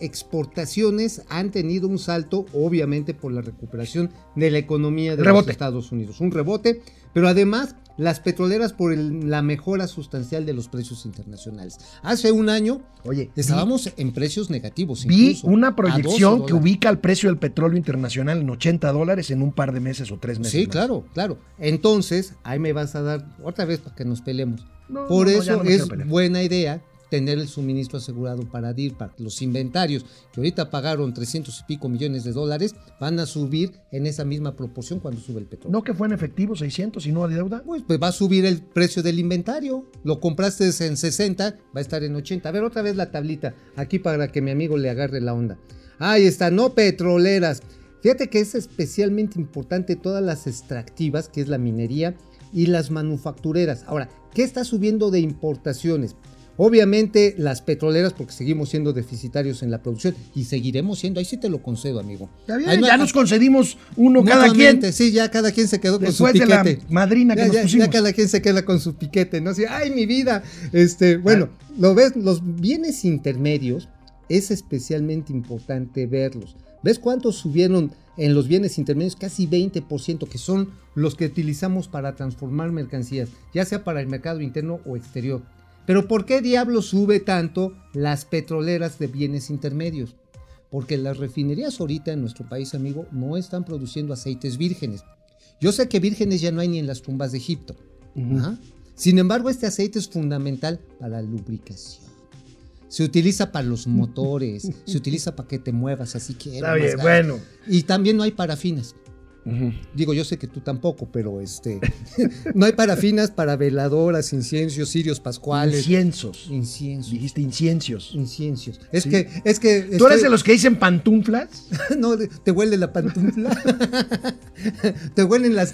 B: exportaciones han tenido un salto, obviamente, por la recuperación de la economía de los
A: Rebote.
B: Estados Unidos. Un rebote, pero además las petroleras por el- la mejora sustancial de los precios internacionales. Hace un año
A: Oye,
B: estábamos en precios negativos.
A: Vi
B: incluso, a
A: una
B: 12
A: proyección que
B: dólares.
A: ubica el precio del petróleo internacional en 80 dólares en un par de meses o tres meses.
B: Sí,
A: más.
B: claro, claro. Entonces, ahí me vas a dar otra vez para que nos peleemos.
A: No,
B: Por
A: no, no, ya
B: eso
A: no me quiero
B: es
A: pelear.
B: buena idea tener el suministro asegurado para DIRPA. Los inventarios que ahorita pagaron 300 y pico millones de dólares van a subir en esa misma proporción cuando sube el petróleo.
A: No que fue en efectivo 600 y no de deuda.
B: Pues, pues va a subir el precio del inventario. Lo compraste en 60, va a estar en 80. A ver, otra vez la tablita, aquí para que mi amigo le agarre la onda. Ahí está, no petroleras. Fíjate que es especialmente importante todas las extractivas, que es la minería, y las manufactureras. Ahora, ¿qué está subiendo de importaciones? Obviamente las petroleras, porque seguimos siendo deficitarios en la producción y seguiremos siendo, ahí sí te lo concedo, amigo.
A: Está bien,
B: Ahí no
A: ya
B: hay-
A: nos concedimos uno cada quien.
B: Mutuamente, Sí, ya cada quien se quedó
A: Después
B: con
A: de
B: su
A: la
B: piquete.
A: madrina que
B: ya,
A: nos
B: ya-
A: pusimos.
B: ya cada quien se queda con su piquete, ¿no? Así, ay, mi vida. Este, bueno,
A: Ah.
B: lo ves, los bienes intermedios es especialmente importante verlos. ¿Ves cuántos subieron en los bienes intermedios? Casi 20%, que son los que utilizamos para transformar mercancías, ya sea para el mercado interno o exterior. Pero ¿por qué diablos sube tanto las petroleras de bienes intermedios? Porque las refinerías ahorita en nuestro país, amigo, no están produciendo aceites vírgenes. Yo sé que vírgenes ya no hay ni en las tumbas de Egipto. Ajá. Sin embargo, este aceite es fundamental para la lubricación. Se utiliza para
A: <laughs>
B: los motores, se utiliza para que te muevas así que...
A: Está bien, bueno.
B: Y también no hay parafinas. Digo, yo sé que tú tampoco, pero este... <laughs> no hay parafinas para veladoras, inciensos, cirios pascuales.
A: Inciensos.
B: Inciensos.
A: Dijiste inciencios.
B: Inciensos. Es
A: Sí.
B: que... Es que
A: ¿Tú eres
B: estoy-
A: de los que dicen pantuflas?
B: <laughs> no, te huele la pantufla. <laughs> te huelen las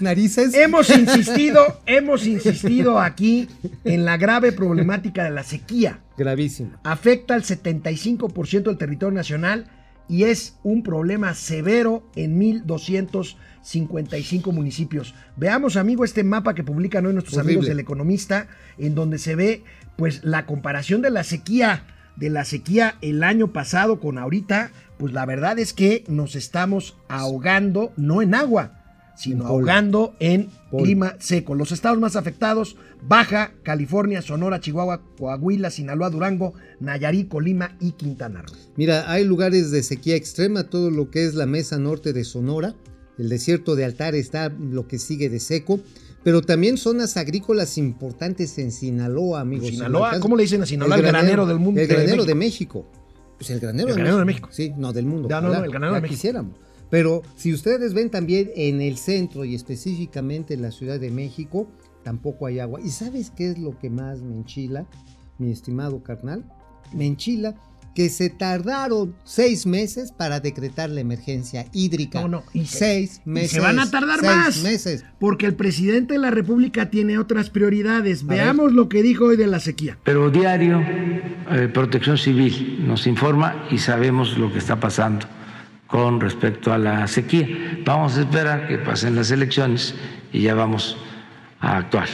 A: <laughs>
B: narices.
A: Hemos insistido, hemos insistido aquí en la grave problemática de la sequía.
B: Gravísimo.
A: Afecta al 75% del territorio nacional y es un problema severo en 1.255 municipios. Veamos, amigo, este mapa que publican hoy nuestros
B: Horrible.
A: amigos del Economista, en donde se ve pues la comparación de la sequía, de la sequía el año pasado con ahorita, pues la verdad es que nos estamos ahogando, no en agua, sino
B: En polvo.
A: ahogando en
B: Polvo.
A: clima seco. Los estados más afectados, Baja, California, Sonora, Chihuahua, Coahuila, Sinaloa, Durango, Nayarit, Colima y Quintana Roo.
B: Mira, hay lugares de sequía extrema, todo lo que es la mesa norte de Sonora, el desierto de Altar está lo que sigue de seco, pero también zonas agrícolas importantes en Sinaloa, amigos.
A: Sinaloa, ¿cómo le dicen a Sinaloa? El granero del mundo.
B: El granero de
A: México.
B: México. Pues el granero,
A: El granero de México.
B: Sí, no, del mundo.
A: Ya, no,
B: ojalá,
A: no, el granero
B: ya
A: de México.
B: quisiéramos. Pero si ustedes ven también en el centro y específicamente en la Ciudad de México, tampoco hay agua. ¿Y sabes qué es lo que más me enchila, mi estimado carnal? Me enchila que se tardaron seis meses para decretar la emergencia hídrica.
A: No, no, y se-
B: seis
A: y
B: meses.
A: se van a tardar
B: seis
A: más.
B: meses.
A: Porque el presidente de la República tiene otras prioridades.
B: ver.
A: Veamos lo que dijo hoy de la sequía.
F: Pero diario, eh, Protección Civil nos informa y sabemos lo que está pasando con respecto a la sequía. Vamos a esperar que pasen las elecciones y ya vamos a actuar.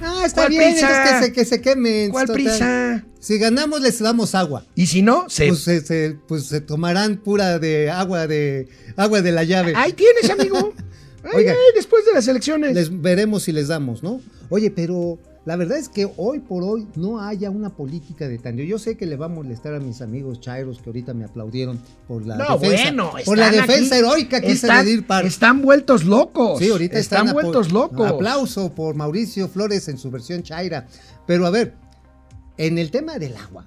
B: Ah, está
A: ¿Cuál
B: bien,
A: prisa?
B: entonces que se, que se quemen.
A: ¿Cuál
B: total.
A: prisa?
B: Si ganamos, les damos agua.
A: Y si no, se...
B: Pues, se, se- pues se tomarán pura de agua de agua de la llave.
A: Ahí tienes,
B: <laughs>
A: amigo. Ahí,
B: Oiga.
A: ahí, después de las elecciones.
B: Les veremos si les damos, ¿no? Oye, pero la verdad es que hoy por hoy no haya una política de tanto. Yo sé que le va a molestar a mis amigos chairos que ahorita me aplaudieron por la
A: No,
B: defensa.
A: bueno.
B: por la
A: están
B: defensa
A: aquí-
B: heroica que hice
A: están-
B: de DIRPA.
A: Están vueltos locos.
B: Sí, ahorita están,
A: están,
B: apo-
A: vueltos locos.
B: Aplauso por Mauricio Flores en su versión chaira. Pero a ver, en el tema del agua,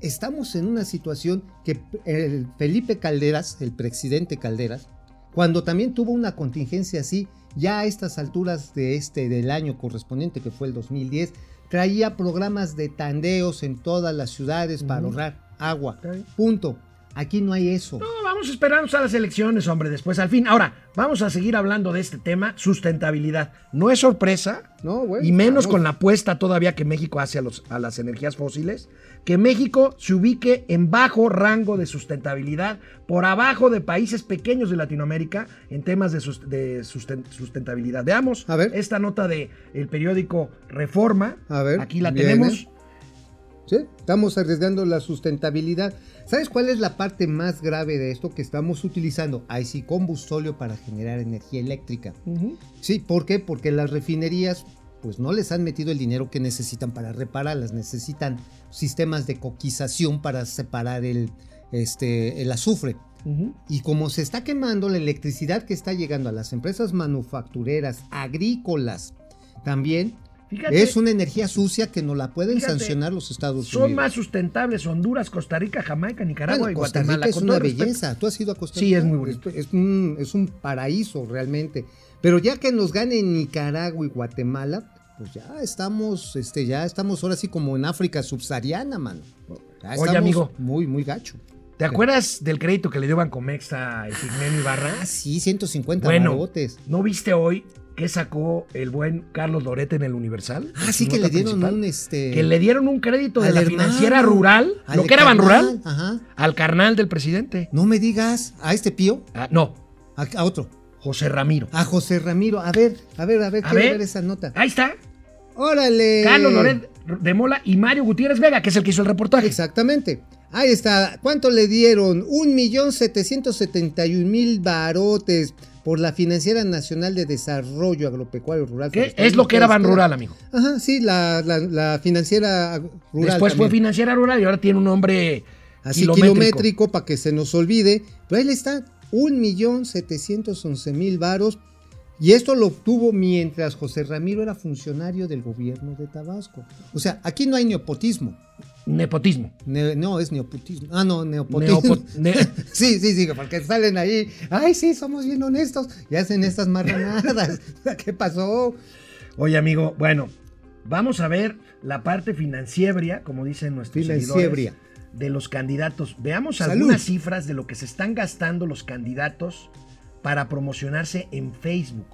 B: estamos en una situación que el Felipe Calderas, el presidente Calderas, cuando también tuvo una contingencia así, ya a estas alturas de este del año correspondiente que fue el 2010, traía programas de tandeos en todas las ciudades para ahorrar agua. Punto. Aquí no hay eso.
A: No, vamos a esperarnos a las elecciones, hombre, después al fin. Ahora, vamos a seguir hablando de este tema, sustentabilidad. No es sorpresa,
B: No, güey,
A: y menos
B: vamos.
A: con la apuesta todavía que México hace a, los, a las energías fósiles, que México se ubique en bajo rango de sustentabilidad, por abajo de países pequeños de Latinoamérica en temas de, sus- de susten- sustentabilidad. Veamos
B: A ver.
A: esta nota del el periódico Reforma.
B: A ver,
A: Aquí la
B: viene.
A: tenemos.
B: Sí, Estamos arriesgando la sustentabilidad. ¿Sabes cuál es la parte más grave de esto? Que estamos utilizando ahí sí combustóleo para generar energía eléctrica. Sí, ¿por qué? Porque las refinerías pues no les han metido el dinero que necesitan para repararlas, necesitan sistemas de coquización para separar el, este, el azufre. Y como se está quemando la electricidad que está llegando a las empresas manufactureras, agrícolas, también
A: Fíjate.
B: es una energía sucia que no la pueden
A: Fíjate,
B: sancionar los Estados
A: Son
B: Unidos.
A: más sustentables Honduras, Costa Rica, Jamaica, Nicaragua
B: Bueno,
A: y
B: Costa
A: Guatemala. pues,
B: Rica es
A: Con
B: una
A: todo respeto.
B: belleza. Tú has ido a Costa
A: Sí,
B: Rica.
A: es muy bonito.
B: Es, es un, es un paraíso realmente. Pero ya que nos gane Nicaragua y Guatemala, pues ya estamos, este, ya estamos ahora sí como en África subsahariana, mano. Ya
A: Oye,
B: estamos
A: amigo.
B: Muy, muy gacho.
A: ¿Te acuerdas del crédito que le dio Bancomex a Epigmenio Ibarra?
B: Ah, sí, 150
A: Bueno,
B: barotes.
A: ¿no viste hoy que sacó el buen Carlos Lorete en el Universal?
B: Ah,
A: En
B: sí
A: su
B: que le
A: nota
B: dieron
A: principal.
B: un este.
A: Que le dieron un crédito de
B: al
A: la
B: hermano,
A: financiera rural,
B: al
A: ¿no que era
B: carnal,
A: Banrural?
B: Ajá.
A: Al carnal del presidente.
B: No me digas a este pío,
A: Ah, no,
B: a, a otro,
A: José Ramiro.
B: a José Ramiro. A ver, a ver, a ver,
A: A
B: quiero
A: ver.
B: ver esa nota.
A: Ahí está,
B: ¡Órale!
A: Carlos Loret de Mola y Mario Gutiérrez Vega, que es el que hizo el reportaje.
B: Exactamente. Ahí está. ¿Cuánto le dieron? Un millón setecientos setenta y un mil barotes por la Financiera Nacional de Desarrollo Agropecuario Rural.
A: Que
B: Forestal
A: es lo que era
B: Forestal.
A: Banrural, amigo.
B: Ajá, sí, la, la- la financiera rural.
A: Después
B: también.
A: fue financiera rural y ahora tiene un nombre
B: Así
A: kilométrico.
B: kilométrico, para que se nos olvide. Pero ahí le está, 1.711.000 varos. Y esto lo obtuvo mientras José Ramiro era funcionario del gobierno de Tabasco. O sea, aquí no hay neopotismo.
A: Nepotismo.
B: Ne- no, es neopotismo. Ah, no, neopotismo.
A: Neopo- ne-
B: <laughs> sí, sí, sí, porque salen ahí. Ay, sí, somos bien honestos. Y hacen estas marranadas. <laughs> ¿Qué pasó?
A: Oye, amigo, bueno, vamos a ver la parte financiera, como dicen nuestros
B: Financiebria.
A: seguidores, de los candidatos. Veamos
B: Salud.
A: algunas cifras de lo que se están gastando los candidatos para promocionarse en Facebook.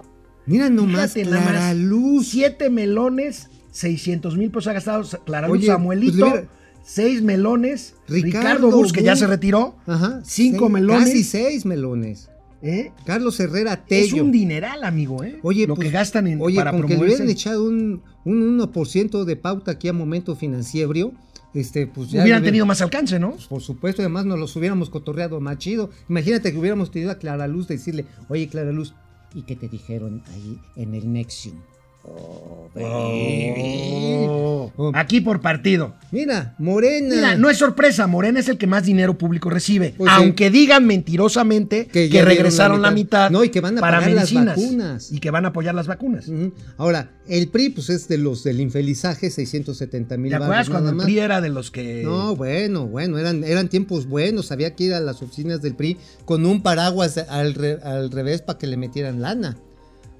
B: Mira nomás,
A: Fíjate nada más.
B: la luz.
A: Siete melones, 600 mil pesos ha gastado Sa- Clara Luz
B: Oye,
A: Samuelito.
B: pues mira.
A: seis melones. Ricardo,
B: Ricardo
A: Bus, que ya
B: Bus.
A: se retiró.
B: Ajá.
A: Cinco
B: seis-
A: melones.
B: Casi seis melones.
A: ¿eh?
B: Carlos Herrera
A: Es
B: Tello.
A: un dineral, amigo, ¿eh?
B: Oye,
A: lo
B: pues,
A: que gastan en,
B: oye,
A: para
B: con que le hubieran
A: promoverse.
B: echado un, un 1% de pauta aquí a momento financiero, este, pues ya.
A: Hubieran
B: le
A: tenido más alcance, ¿no?
B: Por supuesto, además nos los hubiéramos cotorreado más chido. Imagínate que hubiéramos tenido a Clara Luz decirle, oye, Clara Luz, ¿y qué te dijeron ahí en el Nexium? Oh, baby.
A: Oh. Aquí por partido.
B: Mira, Morena.
A: Mira, no es sorpresa, Morena es el que más dinero público recibe.
B: Pues sí.
A: aunque digan mentirosamente que,
B: ya dieron
A: regresaron la mitad,
B: No, y que van a
A: para
B: pagar las
A: medicinas
B: vacunas.
A: y que van a apoyar las vacunas.
B: Ujú. Ahora, el PRI, pues es de los del infelizaje, 670 mil
A: ¿Te acuerdas cuando el
B: pues, más.
A: PRI era de los que
B: No, bueno, bueno, eran, eran tiempos buenos. Había que ir a las oficinas del PRI con un paraguas al, re- al revés para que le metieran lana.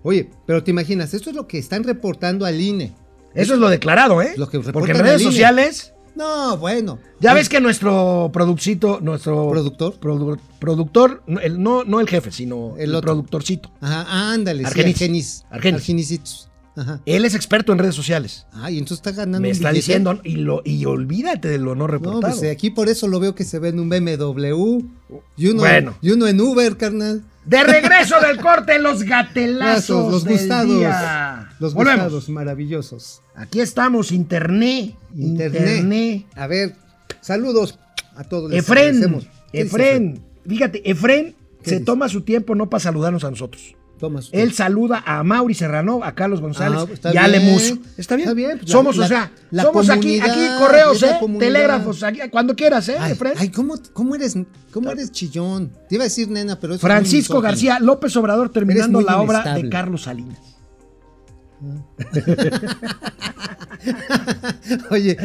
B: Oye, pero te imaginas, esto es lo que están reportando al E. INE.
A: Eso es lo declarado, ¿eh?
B: Lo que reportan
A: Porque en
B: al
A: redes
B: INE.
A: sociales
B: No, bueno.
A: ya
B: Oye,
A: ves que nuestro produccito, nuestro
B: ¿Productor?
A: produ- productor, no el, no, no el jefe, sino
B: El
A: el,
B: otro.
A: productorcito.
B: Ajá, ándale, sí,
A: Argenis.
B: Argenis.
A: Argenis.
B: Argenisitos. Ajá.
A: Él es experto en redes sociales.
B: Ay, entonces está ganando.
A: Me
B: un
A: está
B: billete.
A: diciendo y lo y olvídate de lo no
B: No,
A: reportado.
B: pues aquí por eso lo veo que se ve en un BMW y uno,
A: Bueno.
B: y uno en Uber, carnal.
A: De regreso del corte, los gatelazos.
B: Lazos, los
A: del
B: gustados.
A: día.
B: Los
A: Volvemos.
B: gustados maravillosos.
A: Aquí estamos, internet.
B: Internet.
A: Internet.
B: A ver, saludos a todos. les
A: Efren.
B: agradecemos. ¿Qué dice
A: Efren. Fíjate, Efren
B: ¿Qué
A: se
B: dice?
A: toma su tiempo no para saludarnos a nosotros.
B: Toma su-
A: Él saluda a Mauri Serrano, a Carlos González
B: Ah, está
A: y a Ale
B: bien.
A: Musso. Está bien.
B: Está bien, pues, la-
A: somos,
B: la-
A: o sea,
B: la
A: somos aquí,
B: comunidad,
A: aquí correos,
B: es la
A: eh,
B: comunidad.
A: telégrafos, aquí, cuando quieras, eh,
B: Ay,
A: Efren.
B: ay, ¿cómo, cómo eres, cómo eres chillón? Te iba a decir nena, pero... eso es
A: Francisco
B: muy misógino.
A: García López Obrador terminando
B: muy
A: la obra
B: inestable.
A: de Carlos Salinas.
B: <laughs> Oye,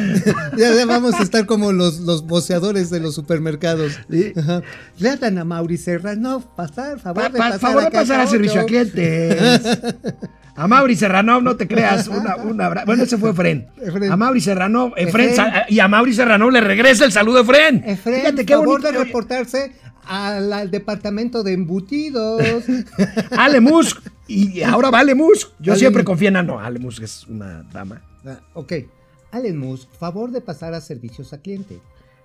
B: ya vamos a estar como los, los voceadores de los supermercados. Ajá. Le dan a Mauri Serrano pasar, favor
A: Pa-
B: de
A: pa-
B: pasar.
A: favor de
B: acá,
A: pasar a
B: otro.
A: servicio a clientes. A Mauri Serrano, no te creas. Una, un abra- Bueno, ese fue Fren.
B: Efren.
A: A Mauri Serrano, Efren,
B: Efren.
A: sa- y a Mauri Serrano le regresa el saludo Efren.
B: Efren,
A: Fíjate qué
B: favor
A: bonito.
B: de reportarse al, al departamento
A: <laughs>
B: de embutidos.
A: Ale Musk. Y ahora va Ale Musk. Yo
B: Ale
A: siempre
B: Musk.
A: confío en no, Ale Musk es una dama.
B: Ah, ok. Allen Musk, favor de pasar a servicios a cliente.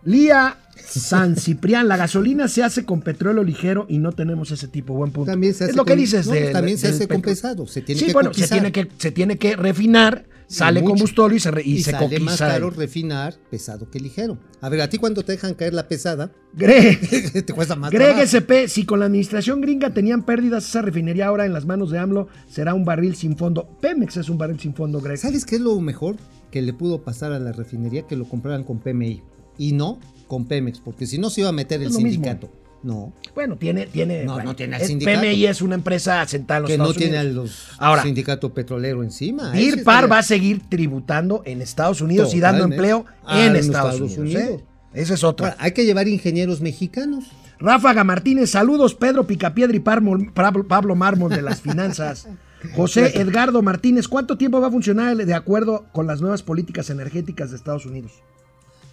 A: Lía San Ciprián, la gasolina se hace con petróleo ligero y no tenemos ese tipo, buen punto.
B: También se hace
A: es lo que
B: con-
A: dices
B: no,
A: del-
B: también se
A: del
B: hace con
A: petro-
B: pesado, se tiene
A: sí,
B: que
A: bueno, se
B: coquizar.
A: tiene que se tiene que refinar, sale
B: mucho.
A: combustorio y se re- y, se
B: sale
A: coquiza.
B: más caro refinar pesado que ligero. A ver, a ti cuando te dejan caer la pesada, <laughs>
A: Greg,
B: te cuesta
A: <laughs>
B: más.
A: Greg
B: trabajo.
A: SP, si con la administración gringa tenían pérdidas, esa refinería ahora en las manos de AMLO será un barril sin fondo. Pemex es un barril sin fondo, Greg.
B: ¿Sabes qué es lo mejor que le pudo pasar a la refinería? Que lo compraran con PMI y no con Pemex, porque si no se iba a meter el
A: lo mismo.
B: sindicato. No,
A: Bueno, tiene, tiene.
B: No,
A: bueno,
B: no tiene al
A: es-
B: sindicato.
A: PMI es una empresa sentada en los
B: que no
A: Estados
B: tiene al
A: Unidos.
B: los
A: Ahora,
B: sindicato petrolero encima. Eso
A: Bill
B: estaría-
A: Par va a seguir tributando en Estados Unidos y dando
B: Totalmente.
A: empleo
B: Ah,
A: en
B: en
A: Estados,
B: Estados
A: Unidos.
B: Unidos. Ah,
A: ¿eh? Esa es otra.
B: Ahora, hay que llevar ingenieros mexicanos.
A: Ráfaga Martínez, saludos Pedro Picapiedra y Parmol- Pablo Pablo Mármol de las
B: <laughs>
A: finanzas. José Edgardo Martínez, ¿cuánto tiempo va a funcionar el de acuerdo con las nuevas políticas energéticas de Estados Unidos?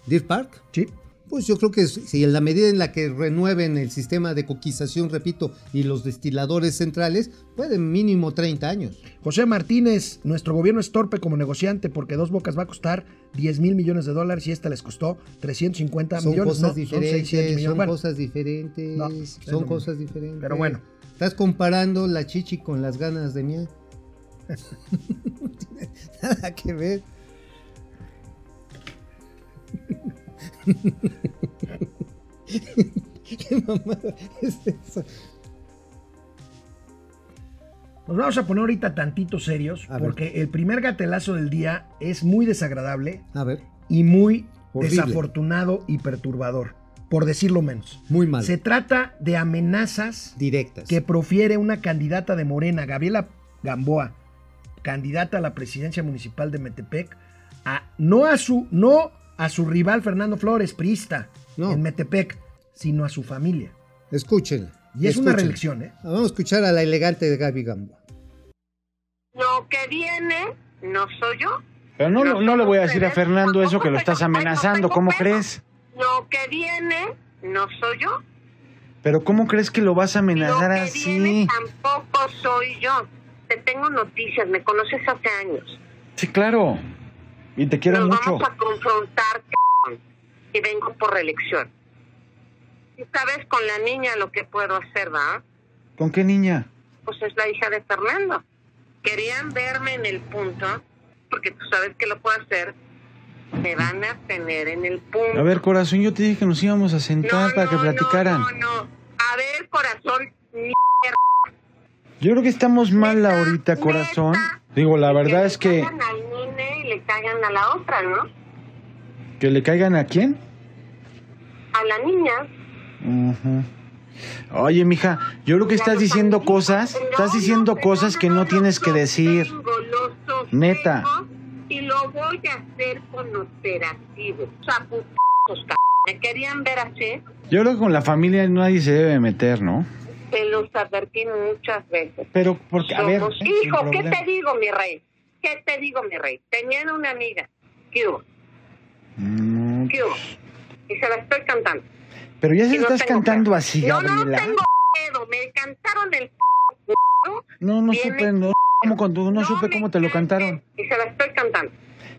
B: Deer Park.
A: Sí.
B: Pues yo creo que si si en la medida en la que renueven el sistema de coquización, repito, y los destiladores centrales, pueden mínimo 30 años.
A: José Martínez, nuestro gobierno es torpe como negociante porque Dos Bocas va a costar 10 mil millones de dólares y esta les costó 350
B: son
A: millones.
B: cosas
A: no, son
B: diferentes,
A: 600
B: son,
A: millones. Bueno,
B: cosas diferentes,
A: No, es lo
B: son
A: mismo.
B: cosas diferentes.
A: Pero bueno.
B: Estás comparando la chichi con las ganas de miel. <laughs> no tiene nada que ver. <laughs> ¿Qué mamada es eso?
A: Nos vamos a poner ahorita tantitos serios
B: A ver.
A: porque el primer gatelazo del día es muy desagradable
B: A ver,
A: y muy
B: Horrible.
A: desafortunado y perturbador, por decirlo menos.
B: muy mal.
A: Se trata de amenazas
B: Directas.
A: que profiere una candidata de Morena, Gabriela Gamboa, candidata a la presidencia municipal de Metepec, a, no, a su, no a su rival Fernando Flores, priista,
B: No.
A: en Metepec, sino a su familia.
B: Escúchenla.
A: Y es una
B: escúchenla.
A: reelección, ¿eh?
B: Vamos a escuchar a la elegante de Gaby Gamboa.
H: Lo que viene no soy yo.
I: Pero no, lo- no le voy a decir a Fernando eso que lo estás
H: Ay, no
I: amenazando.
H: tengo
I: ¿Cómo
H: pelo.
I: crees?
H: Lo que viene no soy yo.
I: Pero ¿cómo crees que lo vas a
H: Lo
I: amenazar
H: que viene
I: así?
H: tampoco soy yo. Te tengo noticias, me conoces hace años.
I: Sí, claro. Y te quiero
H: Nos
I: mucho.
H: vamos a confrontar, cabrón, y vengo por reelección. Y sabes con la niña lo que puedo hacer, ¿va?
I: ¿Con qué niña?
H: Pues es la hija de Fernando. Querían verme en el punto, porque tú sabes que lo puedo hacer. Me van a tener en el punto.
I: A ver, corazón, yo te dije que nos íbamos a sentar para que platicaran.
H: No, no, A ver, corazón, mi-
I: Yo creo que estamos mal
H: Neta,
I: ahorita,
H: neta.
I: corazón. Digo, la verdad
H: le
I: es que...
H: cagan al INE y le cagan a la otra, ¿no?
I: ¿Que le caigan a quién?
H: A la niña.
I: Ujú. Oye, mija, yo creo que
H: Y a
I: estás
H: los
I: diciendo
H: amiguitos.
I: cosas,
H: No,
I: estás
H: no,
I: diciendo cosas que no tienes que
H: los
I: decir.
H: sostengo, los sostengo
I: Neta.
H: Y lo voy a hacer con operativo. Chaputazos, c- Me querían ver así.
I: Yo creo que con la familia nadie se debe meter, ¿no?
H: Te los advertí muchas veces.
I: Pero porque, a ver, eh,
H: Somos-
I: sin
H: Hijo, ¿qué
I: problema.
H: te digo, mi rey? ¿Qué te digo, mi rey? Tenían una amiga. ¿Qué hubo?
I: Mm,
H: ¿Qué hubo? Y se la estoy cantando.
I: Pero ya se
H: Y no
I: estás
H: tengo
I: cantando
H: pedo.
I: así,
H: No, no
I: Gabriela.
H: tengo pedo. Me cantaron el pedo.
I: No, no
H: Viene-
I: supe, no, cómo, con- no supe
H: me
I: cómo te lo
H: canten.
I: cantaron.
H: Y se la estoy cantando.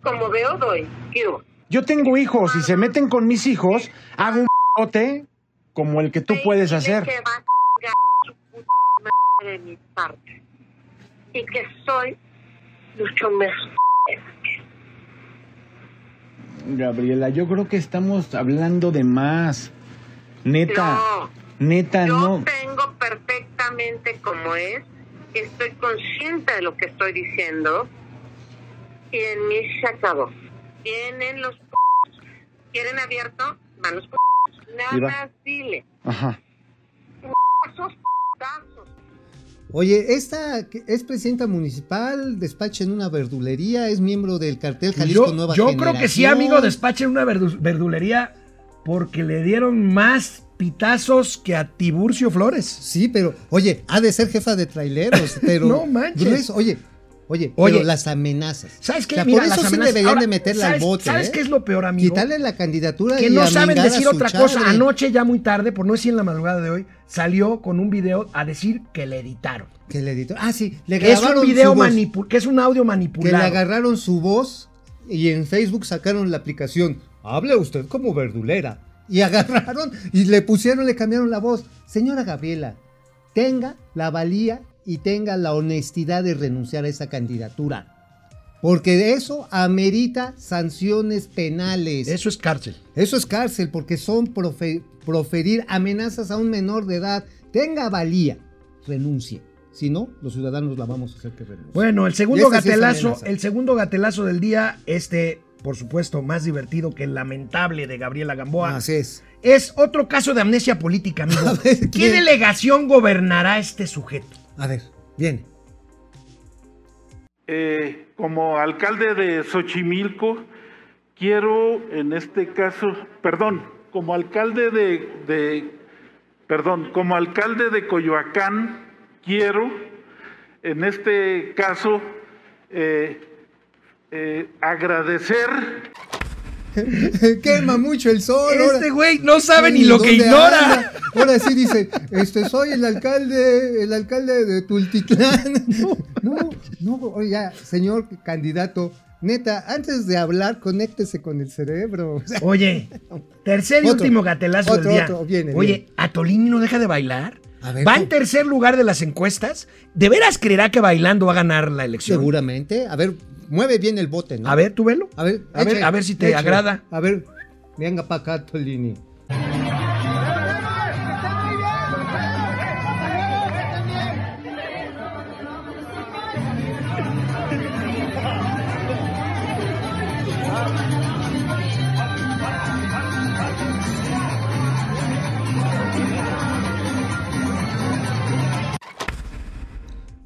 H: Como veo, doy. ¿Qué hubo?
I: Yo tengo hijos, si se meten con mis hijos, hago un bote como el que tú
H: Ve y
I: puedes
H: dile
I: hacer.
H: que va a chingar su puta madre de mi parte. Y que soy mucho mejor.
I: Gabriela, yo creo que estamos hablando de más. Neta,
H: No.
I: neta,
H: Yo
I: no.
H: tengo perfectamente como es, estoy consciente de lo que estoy diciendo y en mí se acabó. Tienen los p- quieren abierto, van los p- nada
I: Y va.
H: más dile,
I: Ajá.
H: pasos, pasos.
B: Oye, esta es presidenta municipal, despacha en una verdulería, es miembro del cartel Jalisco
A: yo,
B: Nueva
A: Yo
B: Generación.
A: creo que sí, amigo, despacha en una verdu- verdulería porque le dieron más pitazos que a Tiburcio Flores.
B: Sí, pero, oye, ha de ser jefa
A: <laughs>
B: de traileros, pero.
A: No manches.
B: grueso, oye, oye,
A: Oye.
B: pero las amenazas.
A: ¿Sabes qué?
B: O sea,
A: Mira,
B: por
A: las
B: eso sí
A: amenazas-
B: deberían
A: Ahora,
B: de meterla al
A: ¿sabes-
B: bote.
A: ¿Sabes
B: ¿eh?
A: qué es lo peor, amigo?
B: Quitarle la candidatura
A: que
B: y
A: no saben
B: amingar a
A: decir
B: su
A: otra cosa.
B: chadre.
A: Anoche, ya muy tarde, por no decir en la madrugada de hoy, salió con un video a decir que le editaron.
B: Que le editó. Ah, sí, le
A: Que es
B: grabaron
A: un video
B: su voz,
A: manipulado, que es un audio
B: Que le
A: manipulado.
B: agarraron su voz y en Facebook sacaron la aplicación. Hable usted como verdulera. Y <laughs> agarraron y le pusieron, le cambiaron la voz. Señora Gabriela, tenga la valía y tenga la honestidad de renunciar a esa candidatura. Porque de eso amerita sanciones penales.
A: Eso es cárcel.
B: Eso es cárcel porque son profe- proferir amenazas a un menor de edad. Tenga valía, renuncie. Si no, los ciudadanos la vamos a hacer que renuncie.
A: Bueno, el segundo
B: Y esa sí es
A: gatelazo,
B: amenaza.
A: el segundo gatelazo del día, este, por supuesto, más divertido que el lamentable de Gabriela Gamboa,
B: así es.
A: es otro caso de amnesia política, amigo.
B: <laughs> A ver,
A: ¿Qué
B: ¿quién?
A: delegación gobernará este sujeto?
B: A ver, bien.
D: Eh, como alcalde de Xochimilco, quiero en este caso, perdón, como alcalde de, de- perdón, como alcalde de Coyoacán, quiero en este caso eh, eh, agradecer
B: Quema mucho el sol.
A: Este güey no sabe ni lo que
B: ¿dónde
A: ignora.
B: anda? Ahora sí dice, este soy el alcalde, el alcalde de Tultitlán. <laughs> No, no, oiga, señor candidato, neta, antes de hablar, conéctese con el cerebro. O sea,
A: Oye, tercer y
B: Otro,
A: último gatelazo
B: otro,
A: del día.
B: otro, viene,
A: Oye,
B: viene.
A: ¿Atolini no deja de bailar?
B: A ver,
A: ¿Va en
B: ¿cómo?
A: tercer lugar de las encuestas? ¿De veras creerá que bailando va a ganar la elección?
B: Seguramente. A ver, mueve bien el bote, ¿no?
A: A ver, tú velo.
B: a ver,
A: a ver,
B: échale,
A: a ver si te
B: échale.
A: agrada.
B: A ver, venga para acá, Tolini.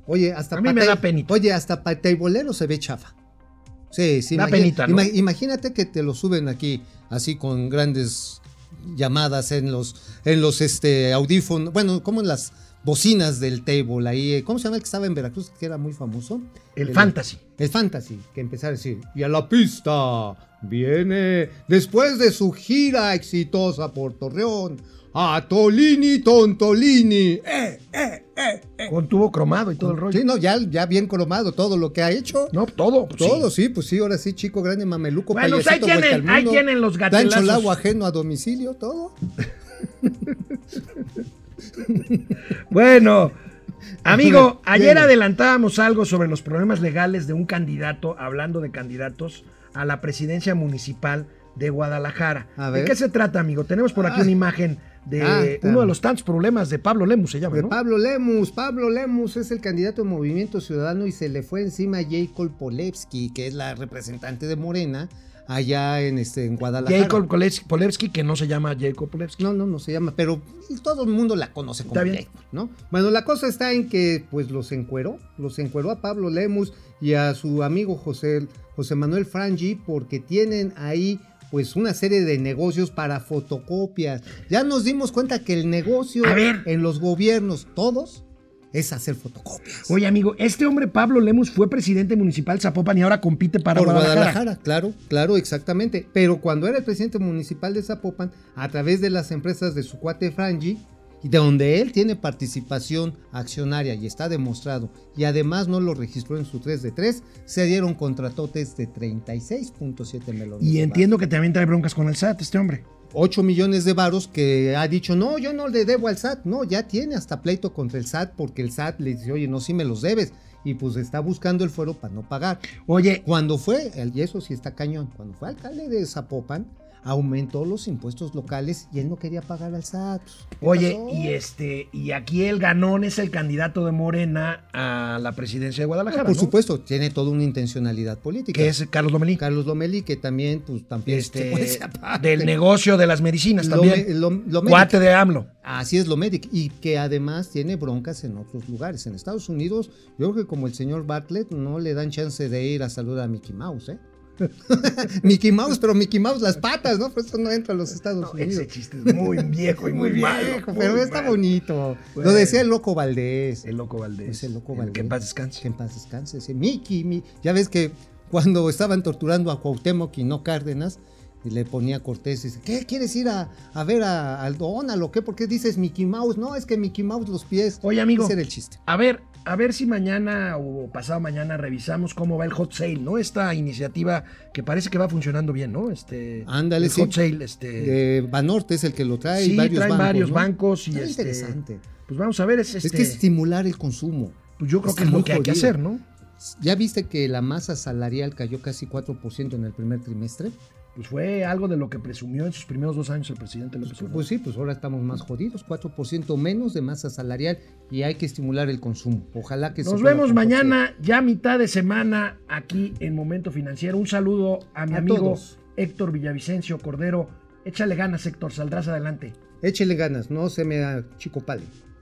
B: Oye, hasta
A: A mí me
B: patay-
A: da penita.
B: Oye, hasta pataibolero se ve chafa. Sí, sí.
A: Da
B: imagi-
A: penita, ¿no?
B: ima- imagínate que te lo suben aquí, así con grandes llamadas en los, en los este, audífonos, bueno, como en las bocinas del table ahí. eh, ¿Cómo se llama el que estaba en Veracruz, que era muy famoso?
A: El fantasy.
B: El fantasy, que empezaba a decir, y a la pista viene, después de su gira exitosa por Torreón, a Tolini Tontolini. ¡Eh!
A: Con tubo cromado y todo el rollo.
B: Sí, no, ya, ya bien cromado todo lo que ha hecho.
A: No, todo. pues, sí.
B: Todo, sí. pues sí, ahora sí, chico grande, mameluco,
A: Bueno, pues, ahí
B: payasito, vuelta
A: tienen-
B: al
A: ahí
B: mundo,
A: tienen los gatelazos.
B: Gancho al agua ajeno a domicilio, todo.
A: Bueno,
B: <laughs>
A: amigo, ayer
B: Bien.
A: adelantábamos algo sobre los problemas legales de un candidato, hablando de candidatos a la presidencia municipal de Guadalajara.
B: A
A: ¿De
B: ver.
A: qué se trata, amigo? Tenemos por aquí
B: Ah.
A: una imagen de
B: Ah,
A: uno de
B: claro.
A: los tantos problemas de Pablo Lemus, se llama,
B: De
A: ¿no?
B: Pablo Lemus. Pablo Lemus es el candidato de Movimiento Ciudadano y se le fue encima a Jacob Polevsky, que es la representante de Morena, allá en, este, en Guadalajara.
A: Jacob Kolev- Polevsky, que no se llama Jacob Polevsky.
B: No, no, no se llama, pero todo el mundo la conoce como
A: Está bien.
B: Jacob, ¿no? Bueno, la cosa está en que pues los encueró, los encueró a Pablo Lemus y a su amigo José, José Manuel Frangi porque tienen ahí pues una serie de negocios para fotocopias. Ya nos dimos cuenta que el negocio
A: A ver.
B: en los gobiernos todos es hacer fotocopias.
A: Oye, amigo, este hombre Pablo Lemus fue presidente municipal de Zapopan y ahora compite para
B: Por
A: Guadalajara.
B: Guadalajara, claro, claro, exactamente. Pero cuando era el presidente municipal de Zapopan, a través de las empresas de su cuate Frangi, y de donde él tiene participación accionaria y está demostrado, y además no lo registró en su 3 de 3, se dieron contratotes de 36.7 melones.
A: Y entiendo que también trae broncas con el SAT, este hombre.
B: 8 millones de varos que ha dicho, no, yo no le debo al SAT. No, ya tiene hasta pleito contra el SAT porque el SAT le dice, oye, no, si me los debes. Y pues está buscando el fuero para no pagar.
A: Oye,
B: Cuando fue, y eso sí está cañón, cuando fue alcalde de Zapopan, aumentó los impuestos locales y él no quería pagar al SAT.
A: Oye, pasó? y este, y aquí el ganón es el candidato de Morena a la presidencia de Guadalajara.
B: Por
A: ¿no?
B: supuesto, tiene toda una intencionalidad política.
A: Que es Carlos Lomelí.
B: Carlos Lomelí, que también, pues, también
A: este, pues, del negocio de las medicinas
B: lo,
A: también.
B: Lo, lo,
A: Cuate de AMLO.
B: Así es Lomedic, y que además tiene broncas en otros lugares. En Estados Unidos, yo creo que como el señor Bartlett, no le dan chance de ir a saludar a Mickey Mouse, ¿eh? <laughs> Mickey Mouse, pero Mickey Mouse las patas, ¿no? Por eso no entra a los Estados no, Unidos.
A: Ese chiste es
B: <laughs>
A: muy viejo y muy, muy malo. Viejo, muy
B: pero
A: malo.
B: está bonito. Bueno, Lo decía el Loco Valdés.
A: El Loco Valdés.
B: Es el Loco Valdés.
A: Que en paz descanse.
B: Que en paz descanse. Ese Mickey, mi... ya ves que cuando estaban torturando a Cuauhtémoc y no Cárdenas, y le ponía Cortés y dice, ¿qué? ¿Quieres ir a, a ver a, al Donald o qué? ¿Por qué dices Mickey Mouse? No, es que Mickey Mouse los pies.
A: Oye, amigo.
B: Ese era el chiste.
A: A ver, a ver si mañana o pasado mañana revisamos cómo va el hot sale, ¿no? Esta iniciativa que parece que va funcionando bien, ¿no? Este,
B: Ándale,
A: el
B: sí.
A: hot sale, este.
B: Eh, Banorte es el que lo trae.
A: Sí,
B: varios
A: traen
B: bancos,
A: varios
B: ¿no?
A: bancos y
B: Está
A: este,
B: interesante.
A: Pues vamos a ver, es, este,
B: Es que estimular el consumo.
A: pues yo creo
B: está
A: que es lo
B: muy
A: que hay que
B: jodido.
A: hacer, ¿no?
B: ¿Ya viste que la masa salarial cayó casi 4% en el primer trimestre?
A: Pues fue algo de lo que presumió en sus primeros dos años el presidente López Obrador.
B: Pues sí, pues ahora estamos más jodidos, 4% menos de masa salarial y hay que estimular el consumo. Ojalá que se
A: Nos
B: pueda
A: vemos
B: combatir.
A: mañana, ya mitad de semana, aquí en Momento Financiero. Un saludo a mi
B: A
A: amigo
B: todos.
A: Héctor Villavicencio Cordero. Échale ganas, Héctor, saldrás adelante.
B: Échele ganas, no se me achicopale.